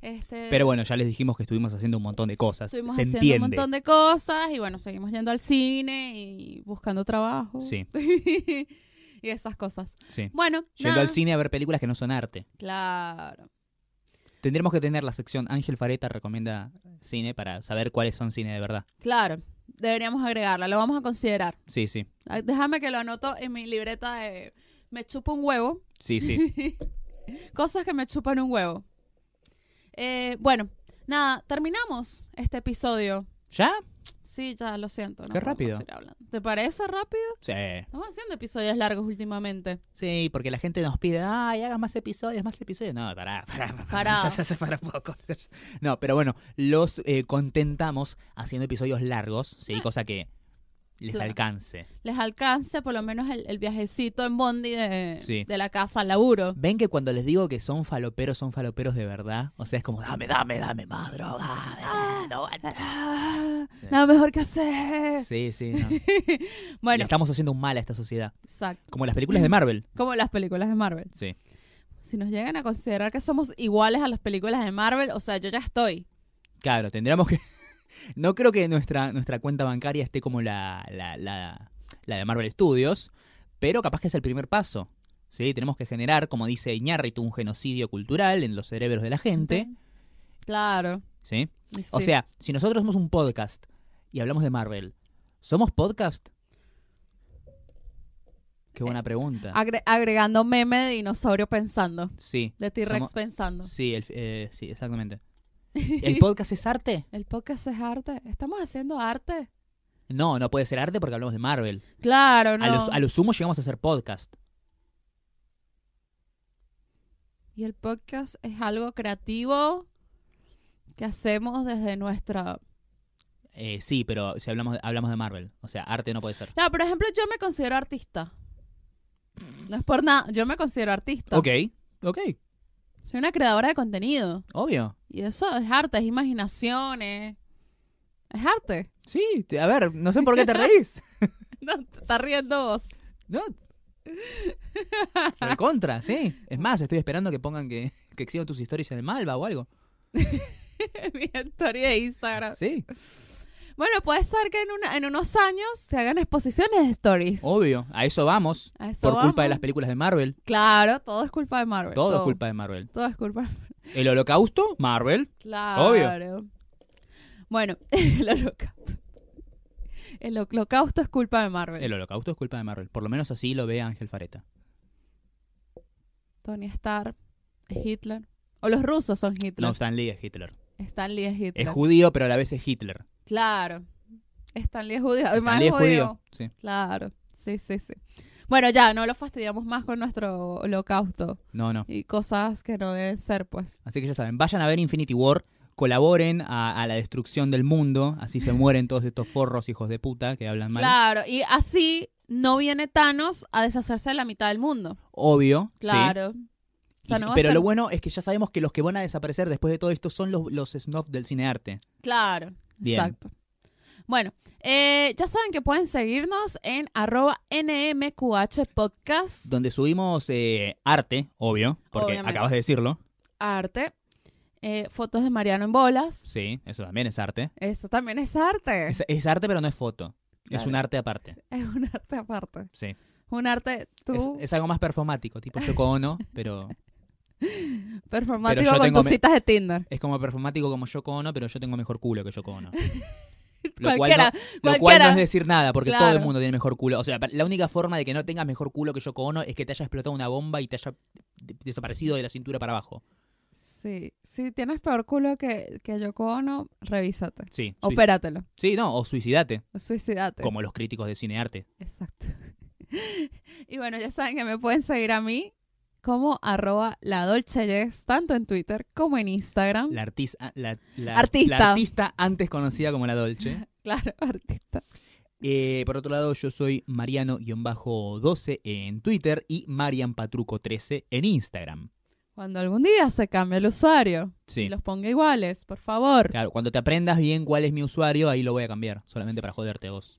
[SPEAKER 1] Este,
[SPEAKER 2] Pero bueno, ya les dijimos que estuvimos haciendo un montón de cosas.
[SPEAKER 1] estuvimos
[SPEAKER 2] Se
[SPEAKER 1] haciendo
[SPEAKER 2] entiende.
[SPEAKER 1] un montón de cosas y bueno, seguimos yendo al cine y buscando trabajo.
[SPEAKER 2] Sí,
[SPEAKER 1] y esas cosas.
[SPEAKER 2] sí.
[SPEAKER 1] Bueno,
[SPEAKER 2] Yendo
[SPEAKER 1] nada.
[SPEAKER 2] al cine a ver películas que no son arte.
[SPEAKER 1] Claro.
[SPEAKER 2] Tendremos que tener la sección Ángel Fareta recomienda cine para saber cuáles son cine de verdad.
[SPEAKER 1] Claro, deberíamos agregarla, lo vamos a considerar.
[SPEAKER 2] Sí, sí.
[SPEAKER 1] Ah, Déjame que lo anoto en mi libreta de me chupa un huevo,
[SPEAKER 2] Sí, sí.
[SPEAKER 1] cosas que me chupan un huevo. Eh, bueno, nada, terminamos este episodio.
[SPEAKER 2] ¿Ya?
[SPEAKER 1] Sí, ya lo siento. no
[SPEAKER 2] Qué
[SPEAKER 1] podemos
[SPEAKER 2] rápido.
[SPEAKER 1] seguir hablando. ¿Te parece rápido?
[SPEAKER 2] Sí.
[SPEAKER 1] Estamos haciendo episodios largos últimamente.
[SPEAKER 2] Sí, porque la gente nos pide, ay, hagas más episodios, más episodios. No, pará, pará, pará.
[SPEAKER 1] Pará.
[SPEAKER 2] Ya se hace para poco. No, pero bueno, los eh, contentamos haciendo episodios largos, sí, cosa que les
[SPEAKER 1] Ah. Claro.
[SPEAKER 2] alcance.
[SPEAKER 1] Les alcance por lo menos el, el viajecito en Bondi de,
[SPEAKER 2] Sí.
[SPEAKER 1] de la casa al laburo.
[SPEAKER 2] Ven que cuando les digo que son faloperos, son faloperos de verdad. O sea, es como, dame, dame, dame más droga. dame, no aguanto".
[SPEAKER 1] Ah, nada mejor que hacer.
[SPEAKER 2] Sí, sí. no. Le
[SPEAKER 1] Bueno,
[SPEAKER 2] estamos haciendo un mal a esta sociedad.
[SPEAKER 1] exacto.
[SPEAKER 2] Como las películas de Marvel.
[SPEAKER 1] Como las películas de Marvel.
[SPEAKER 2] Sí.
[SPEAKER 1] si nos llegan a considerar que somos iguales a las películas de Marvel, o sea, yo ya estoy.
[SPEAKER 2] Claro, tendríamos que... No creo que nuestra, nuestra cuenta bancaria esté como la, la, la- la de Marvel Studios, pero capaz que es el primer paso. Sí, tenemos que generar, como dice Iñárritu, un genocidio cultural en los cerebros de la gente.
[SPEAKER 1] Claro.
[SPEAKER 2] ¿Sí?
[SPEAKER 1] y
[SPEAKER 2] O
[SPEAKER 1] sí.
[SPEAKER 2] sea, si nosotros somos un podcast y hablamos de Marvel, ¿somos podcast?
[SPEAKER 1] Eh,
[SPEAKER 2] Qué buena pregunta.
[SPEAKER 1] Agre- agregando meme de dinosaurio pensando,
[SPEAKER 2] Sí.
[SPEAKER 1] de T-Rex
[SPEAKER 2] somos-
[SPEAKER 1] pensando.
[SPEAKER 2] Sí, el- eh, sí, exactamente. ¿El podcast es arte?
[SPEAKER 1] ¿El podcast es arte? ¿Estamos haciendo arte?
[SPEAKER 2] No, no puede ser arte porque hablamos de Marvel.
[SPEAKER 1] Claro, no.
[SPEAKER 2] A, los, a lo sumo llegamos a hacer podcast.
[SPEAKER 1] Y el podcast es algo creativo que hacemos desde nuestra...
[SPEAKER 2] Eh, sí, pero si hablamos, hablamos de Marvel. O sea, arte no puede ser.
[SPEAKER 1] Claro, por ejemplo, yo me considero artista. No es por nada, yo me considero artista.
[SPEAKER 2] Ok, ok,
[SPEAKER 1] Soy una creadora de contenido.
[SPEAKER 2] obvio.
[SPEAKER 1] Y eso es arte, es imaginaciones. Es arte.
[SPEAKER 2] Sí, te- a ver, no sé por qué te reís.
[SPEAKER 1] No, te estás riendo vos.
[SPEAKER 2] No. Recontra, sí. Es más, estoy esperando que pongan que, que exhiban tus historias en el Malva o algo.
[SPEAKER 1] Mi historia de Instagram.
[SPEAKER 2] Sí,
[SPEAKER 1] Bueno, puede ser que en, una- en unos años se hagan exposiciones de stories.
[SPEAKER 2] obvio. A eso vamos.
[SPEAKER 1] A eso
[SPEAKER 2] Por culpa de las
[SPEAKER 1] vamos.
[SPEAKER 2] películas de Marvel.
[SPEAKER 1] Claro, todo es culpa de Marvel.
[SPEAKER 2] Todo es culpa de Marvel.
[SPEAKER 1] Todo es culpa.
[SPEAKER 2] El holocausto, Marvel.
[SPEAKER 1] Claro. Bueno, el holocausto. El holocausto es culpa de Marvel.
[SPEAKER 2] El holocausto es culpa de Marvel. Por lo menos así lo ve Ángel Fareta.
[SPEAKER 1] Tony Stark es Hitler. O los rusos son
[SPEAKER 2] No,
[SPEAKER 1] Hitler.
[SPEAKER 2] Stan Lee es Hitler.
[SPEAKER 1] Stan Lee es Hitler.
[SPEAKER 2] Es judío, pero a la vez es Hitler.
[SPEAKER 1] claro. Stan Lee es judío.
[SPEAKER 2] Stan
[SPEAKER 1] Además
[SPEAKER 2] Lee
[SPEAKER 1] es
[SPEAKER 2] es judío. Sí.
[SPEAKER 1] Claro, sí, sí, sí. Bueno, ya, no lo fastidiamos más con nuestro holocausto
[SPEAKER 2] No, no.
[SPEAKER 1] y cosas que no deben ser, pues.
[SPEAKER 2] Así que ya saben, vayan a ver Infinity War, colaboren a, a la destrucción del mundo, así se mueren todos estos forros hijos de puta que hablan mal.
[SPEAKER 1] Claro, y así no viene Thanos a deshacerse de la mitad del mundo.
[SPEAKER 2] Obvio, sí.
[SPEAKER 1] Claro. O sea,
[SPEAKER 2] Y-
[SPEAKER 1] no va a
[SPEAKER 2] pero
[SPEAKER 1] ser-
[SPEAKER 2] lo bueno es que ya sabemos que los que van a desaparecer después de todo esto son los, los snobs del cinearte.
[SPEAKER 1] Claro,
[SPEAKER 2] Bien.
[SPEAKER 1] exacto. Bueno, eh, ya saben que pueden seguirnos en arroba NMQH Podcast
[SPEAKER 2] Donde subimos eh, arte, obvio, porque
[SPEAKER 1] Obviamente.
[SPEAKER 2] acabas de decirlo.
[SPEAKER 1] Arte. eh, fotos de Mariano en bolas.
[SPEAKER 2] Sí, eso también es arte.
[SPEAKER 1] Eso también es arte. Es,
[SPEAKER 2] Es, es arte, pero no es foto. Es
[SPEAKER 1] Claro.
[SPEAKER 2] un arte aparte.
[SPEAKER 1] un arte aparte.
[SPEAKER 2] Sí.
[SPEAKER 1] Un arte
[SPEAKER 2] Es,
[SPEAKER 1] tú
[SPEAKER 2] es algo más performático, tipo Yoko Ono, pero
[SPEAKER 1] performático
[SPEAKER 2] pero yo
[SPEAKER 1] con
[SPEAKER 2] tengo
[SPEAKER 1] tus
[SPEAKER 2] me-
[SPEAKER 1] citas de Tinder.
[SPEAKER 2] es como performático como Yoko Ono, pero yo tengo mejor culo que Yoko Ono. Lo cual,
[SPEAKER 1] Cualquiera,
[SPEAKER 2] no, lo cual no
[SPEAKER 1] cualquiera.
[SPEAKER 2] es decir nada, porque todo el
[SPEAKER 1] Claro.
[SPEAKER 2] mundo tiene mejor culo. O sea, la única forma de que no tengas mejor culo que Yoko Ono es que te haya explotado una bomba y te haya de- desaparecido de la cintura para abajo.
[SPEAKER 1] Sí, si tienes peor culo que, que Yoko Ono, revísate.
[SPEAKER 2] Sí. sui-
[SPEAKER 1] Opératelo.
[SPEAKER 2] Sí, no, o suicidate,
[SPEAKER 1] Suicidate.
[SPEAKER 2] como los críticos de cinearte.
[SPEAKER 1] Exacto. y bueno, ya saben que me pueden seguir a mí como arroba la Dolce Jess, tanto en Twitter como en Instagram.
[SPEAKER 2] La, artista la, la-
[SPEAKER 1] Artista.
[SPEAKER 2] la artista antes conocida como la Dolce.
[SPEAKER 1] Claro, artista.
[SPEAKER 2] Eh, por otro lado, yo soy Mariano-12 en Twitter y MarianPatruco13 en Instagram.
[SPEAKER 1] Cuando algún día se cambie el usuario
[SPEAKER 2] Sí.
[SPEAKER 1] y los ponga iguales, por favor.
[SPEAKER 2] Claro, cuando te aprendas bien cuál es mi usuario, ahí lo voy a cambiar, solamente para joderte a vos.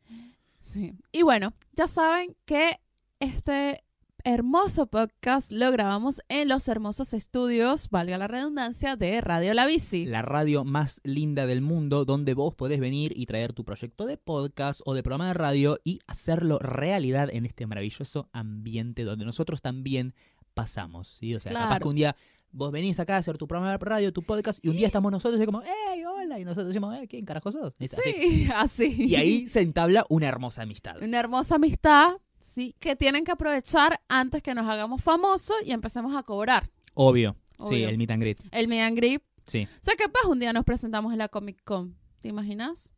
[SPEAKER 1] Sí. Y bueno, ya saben que este hermoso podcast lo grabamos en los hermosos estudios, valga la redundancia, de Radio La Bici.
[SPEAKER 2] la radio más linda del mundo, donde vos podés venir y traer tu proyecto de podcast o de programa de radio y hacerlo realidad en este maravilloso ambiente donde nosotros también pasamos. ¿sí? O sea, capaz
[SPEAKER 1] Claro.
[SPEAKER 2] que un día vos venís acá a hacer tu programa de radio, tu podcast, y un día estamos nosotros y es como, ¡Ey, hola! Y nosotros decimos, "Eh, ¿quién carajo sos? Y así.
[SPEAKER 1] Sí, así.
[SPEAKER 2] Y ahí se entabla una hermosa amistad.
[SPEAKER 1] una hermosa amistad, ¿sí? Que tienen que aprovechar antes que nos hagamos famosos y empecemos a cobrar
[SPEAKER 2] Obvio. Sí,
[SPEAKER 1] Obvio.
[SPEAKER 2] el meet and greet.
[SPEAKER 1] el meet and greet.
[SPEAKER 2] Sí.
[SPEAKER 1] O sea, capaz un día nos presentamos en la Comic Con, ¿te imaginas?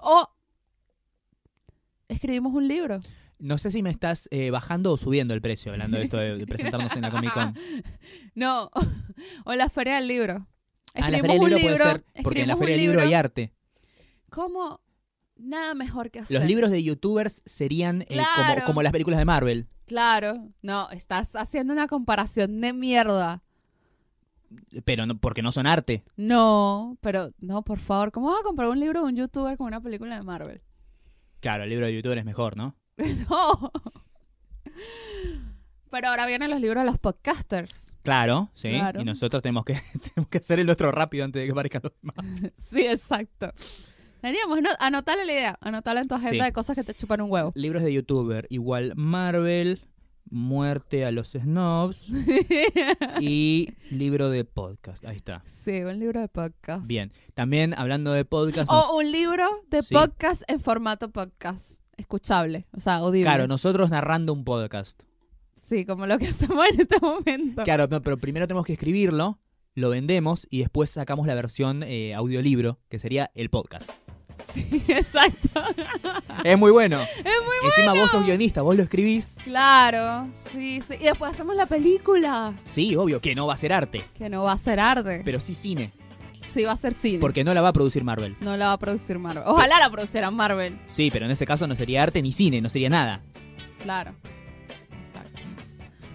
[SPEAKER 1] O escribimos un libro.
[SPEAKER 2] No sé si me estás eh, bajando o subiendo el precio hablando de esto de de presentarnos en la Comic Con.
[SPEAKER 1] No, o la Feria del Libro.
[SPEAKER 2] Ah, la
[SPEAKER 1] Escribimos
[SPEAKER 2] Feria del
[SPEAKER 1] un
[SPEAKER 2] Libro puede ser, porque en
[SPEAKER 1] escribimos
[SPEAKER 2] la
[SPEAKER 1] un
[SPEAKER 2] Feria del Libro hay arte.
[SPEAKER 1] Como nada mejor que hacer.
[SPEAKER 2] Los libros de youtubers serían eh,
[SPEAKER 1] Claro.
[SPEAKER 2] como, como las películas de Marvel.
[SPEAKER 1] Claro, no, estás haciendo una comparación de mierda.
[SPEAKER 2] Pero no, porque no son arte.
[SPEAKER 1] No, pero no, por favor, ¿cómo vas a comprar un libro de un youtuber con una película de Marvel?
[SPEAKER 2] Claro, el libro de youtuber es mejor, ¿no?
[SPEAKER 1] No. Pero ahora vienen los libros de los podcasters.
[SPEAKER 2] Claro, sí.
[SPEAKER 1] Claro.
[SPEAKER 2] Y nosotros tenemos que, tenemos que hacer el nuestro rápido antes de que parezcan los demás.
[SPEAKER 1] Sí, exacto. Deberíamos no, anotarle la idea, anotarla en tu agenda
[SPEAKER 2] Sí.
[SPEAKER 1] de cosas que te chupan un huevo.
[SPEAKER 2] Libros de youtuber igual Marvel, muerte a los snobs y libro de podcast. Ahí está.
[SPEAKER 1] sí, un libro de podcast.
[SPEAKER 2] Bien. También hablando de podcast. nos-
[SPEAKER 1] O un libro de
[SPEAKER 2] Sí.
[SPEAKER 1] podcast en formato podcast, escuchable, o sea, audible.
[SPEAKER 2] Claro, nosotros narrando un podcast.
[SPEAKER 1] Sí, como lo que hacemos en este momento.
[SPEAKER 2] Claro, no, pero primero tenemos que escribirlo, lo vendemos y después sacamos la versión eh, audiolibro, que sería el podcast.
[SPEAKER 1] Sí, exacto.
[SPEAKER 2] Es muy bueno. Es muy Encima vos sos guionista, vos lo escribís.
[SPEAKER 1] Claro, sí, sí. Y después hacemos la película,
[SPEAKER 2] Sí, obvio que no va a ser arte,
[SPEAKER 1] que no va a ser arte.
[SPEAKER 2] pero sí cine,
[SPEAKER 1] Sí, va a ser cine.
[SPEAKER 2] porque no la va a producir Marvel.
[SPEAKER 1] No la va a producir Marvel. Ojalá la produciera Marvel.
[SPEAKER 2] Sí, pero en ese caso no sería arte ni cine, no sería nada.
[SPEAKER 1] Claro. Exacto.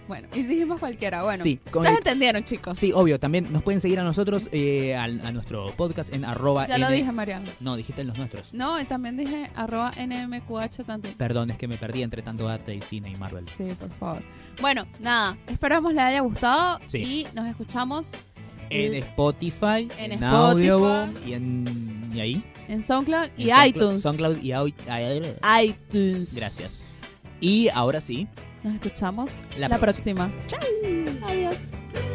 [SPEAKER 1] Bueno, y dijimos cualquiera. Bueno,
[SPEAKER 2] Sí, con
[SPEAKER 1] ustedes
[SPEAKER 2] el-
[SPEAKER 1] entendieron, chicos.
[SPEAKER 2] sí, obvio, también nos pueden seguir a nosotros, eh, al- a, nuestro podcast en arroba
[SPEAKER 1] ya lo
[SPEAKER 2] N-
[SPEAKER 1] dije, Mariano.
[SPEAKER 2] No, dijiste en los nuestros.
[SPEAKER 1] No, y también dije arroba NMQH tanto.
[SPEAKER 2] Perdón, es que me perdí entre tanto arte y cine y Marvel.
[SPEAKER 1] Sí, por favor. Bueno, nada, esperamos les haya gustado
[SPEAKER 2] Sí.
[SPEAKER 1] y nos escuchamos
[SPEAKER 2] En
[SPEAKER 1] El-
[SPEAKER 2] Spotify,
[SPEAKER 1] en
[SPEAKER 2] en,
[SPEAKER 1] Spotify.
[SPEAKER 2] Audioboom y en... ¿Y ahí?
[SPEAKER 1] en SoundCloud y
[SPEAKER 2] En SoundCloud-
[SPEAKER 1] iTunes. Ah.
[SPEAKER 2] SoundCloud y au- ay-
[SPEAKER 1] iTunes.
[SPEAKER 2] Gracias. Y ahora sí,
[SPEAKER 1] Nos escuchamos
[SPEAKER 2] La
[SPEAKER 1] la, próxima. Chao. Adiós.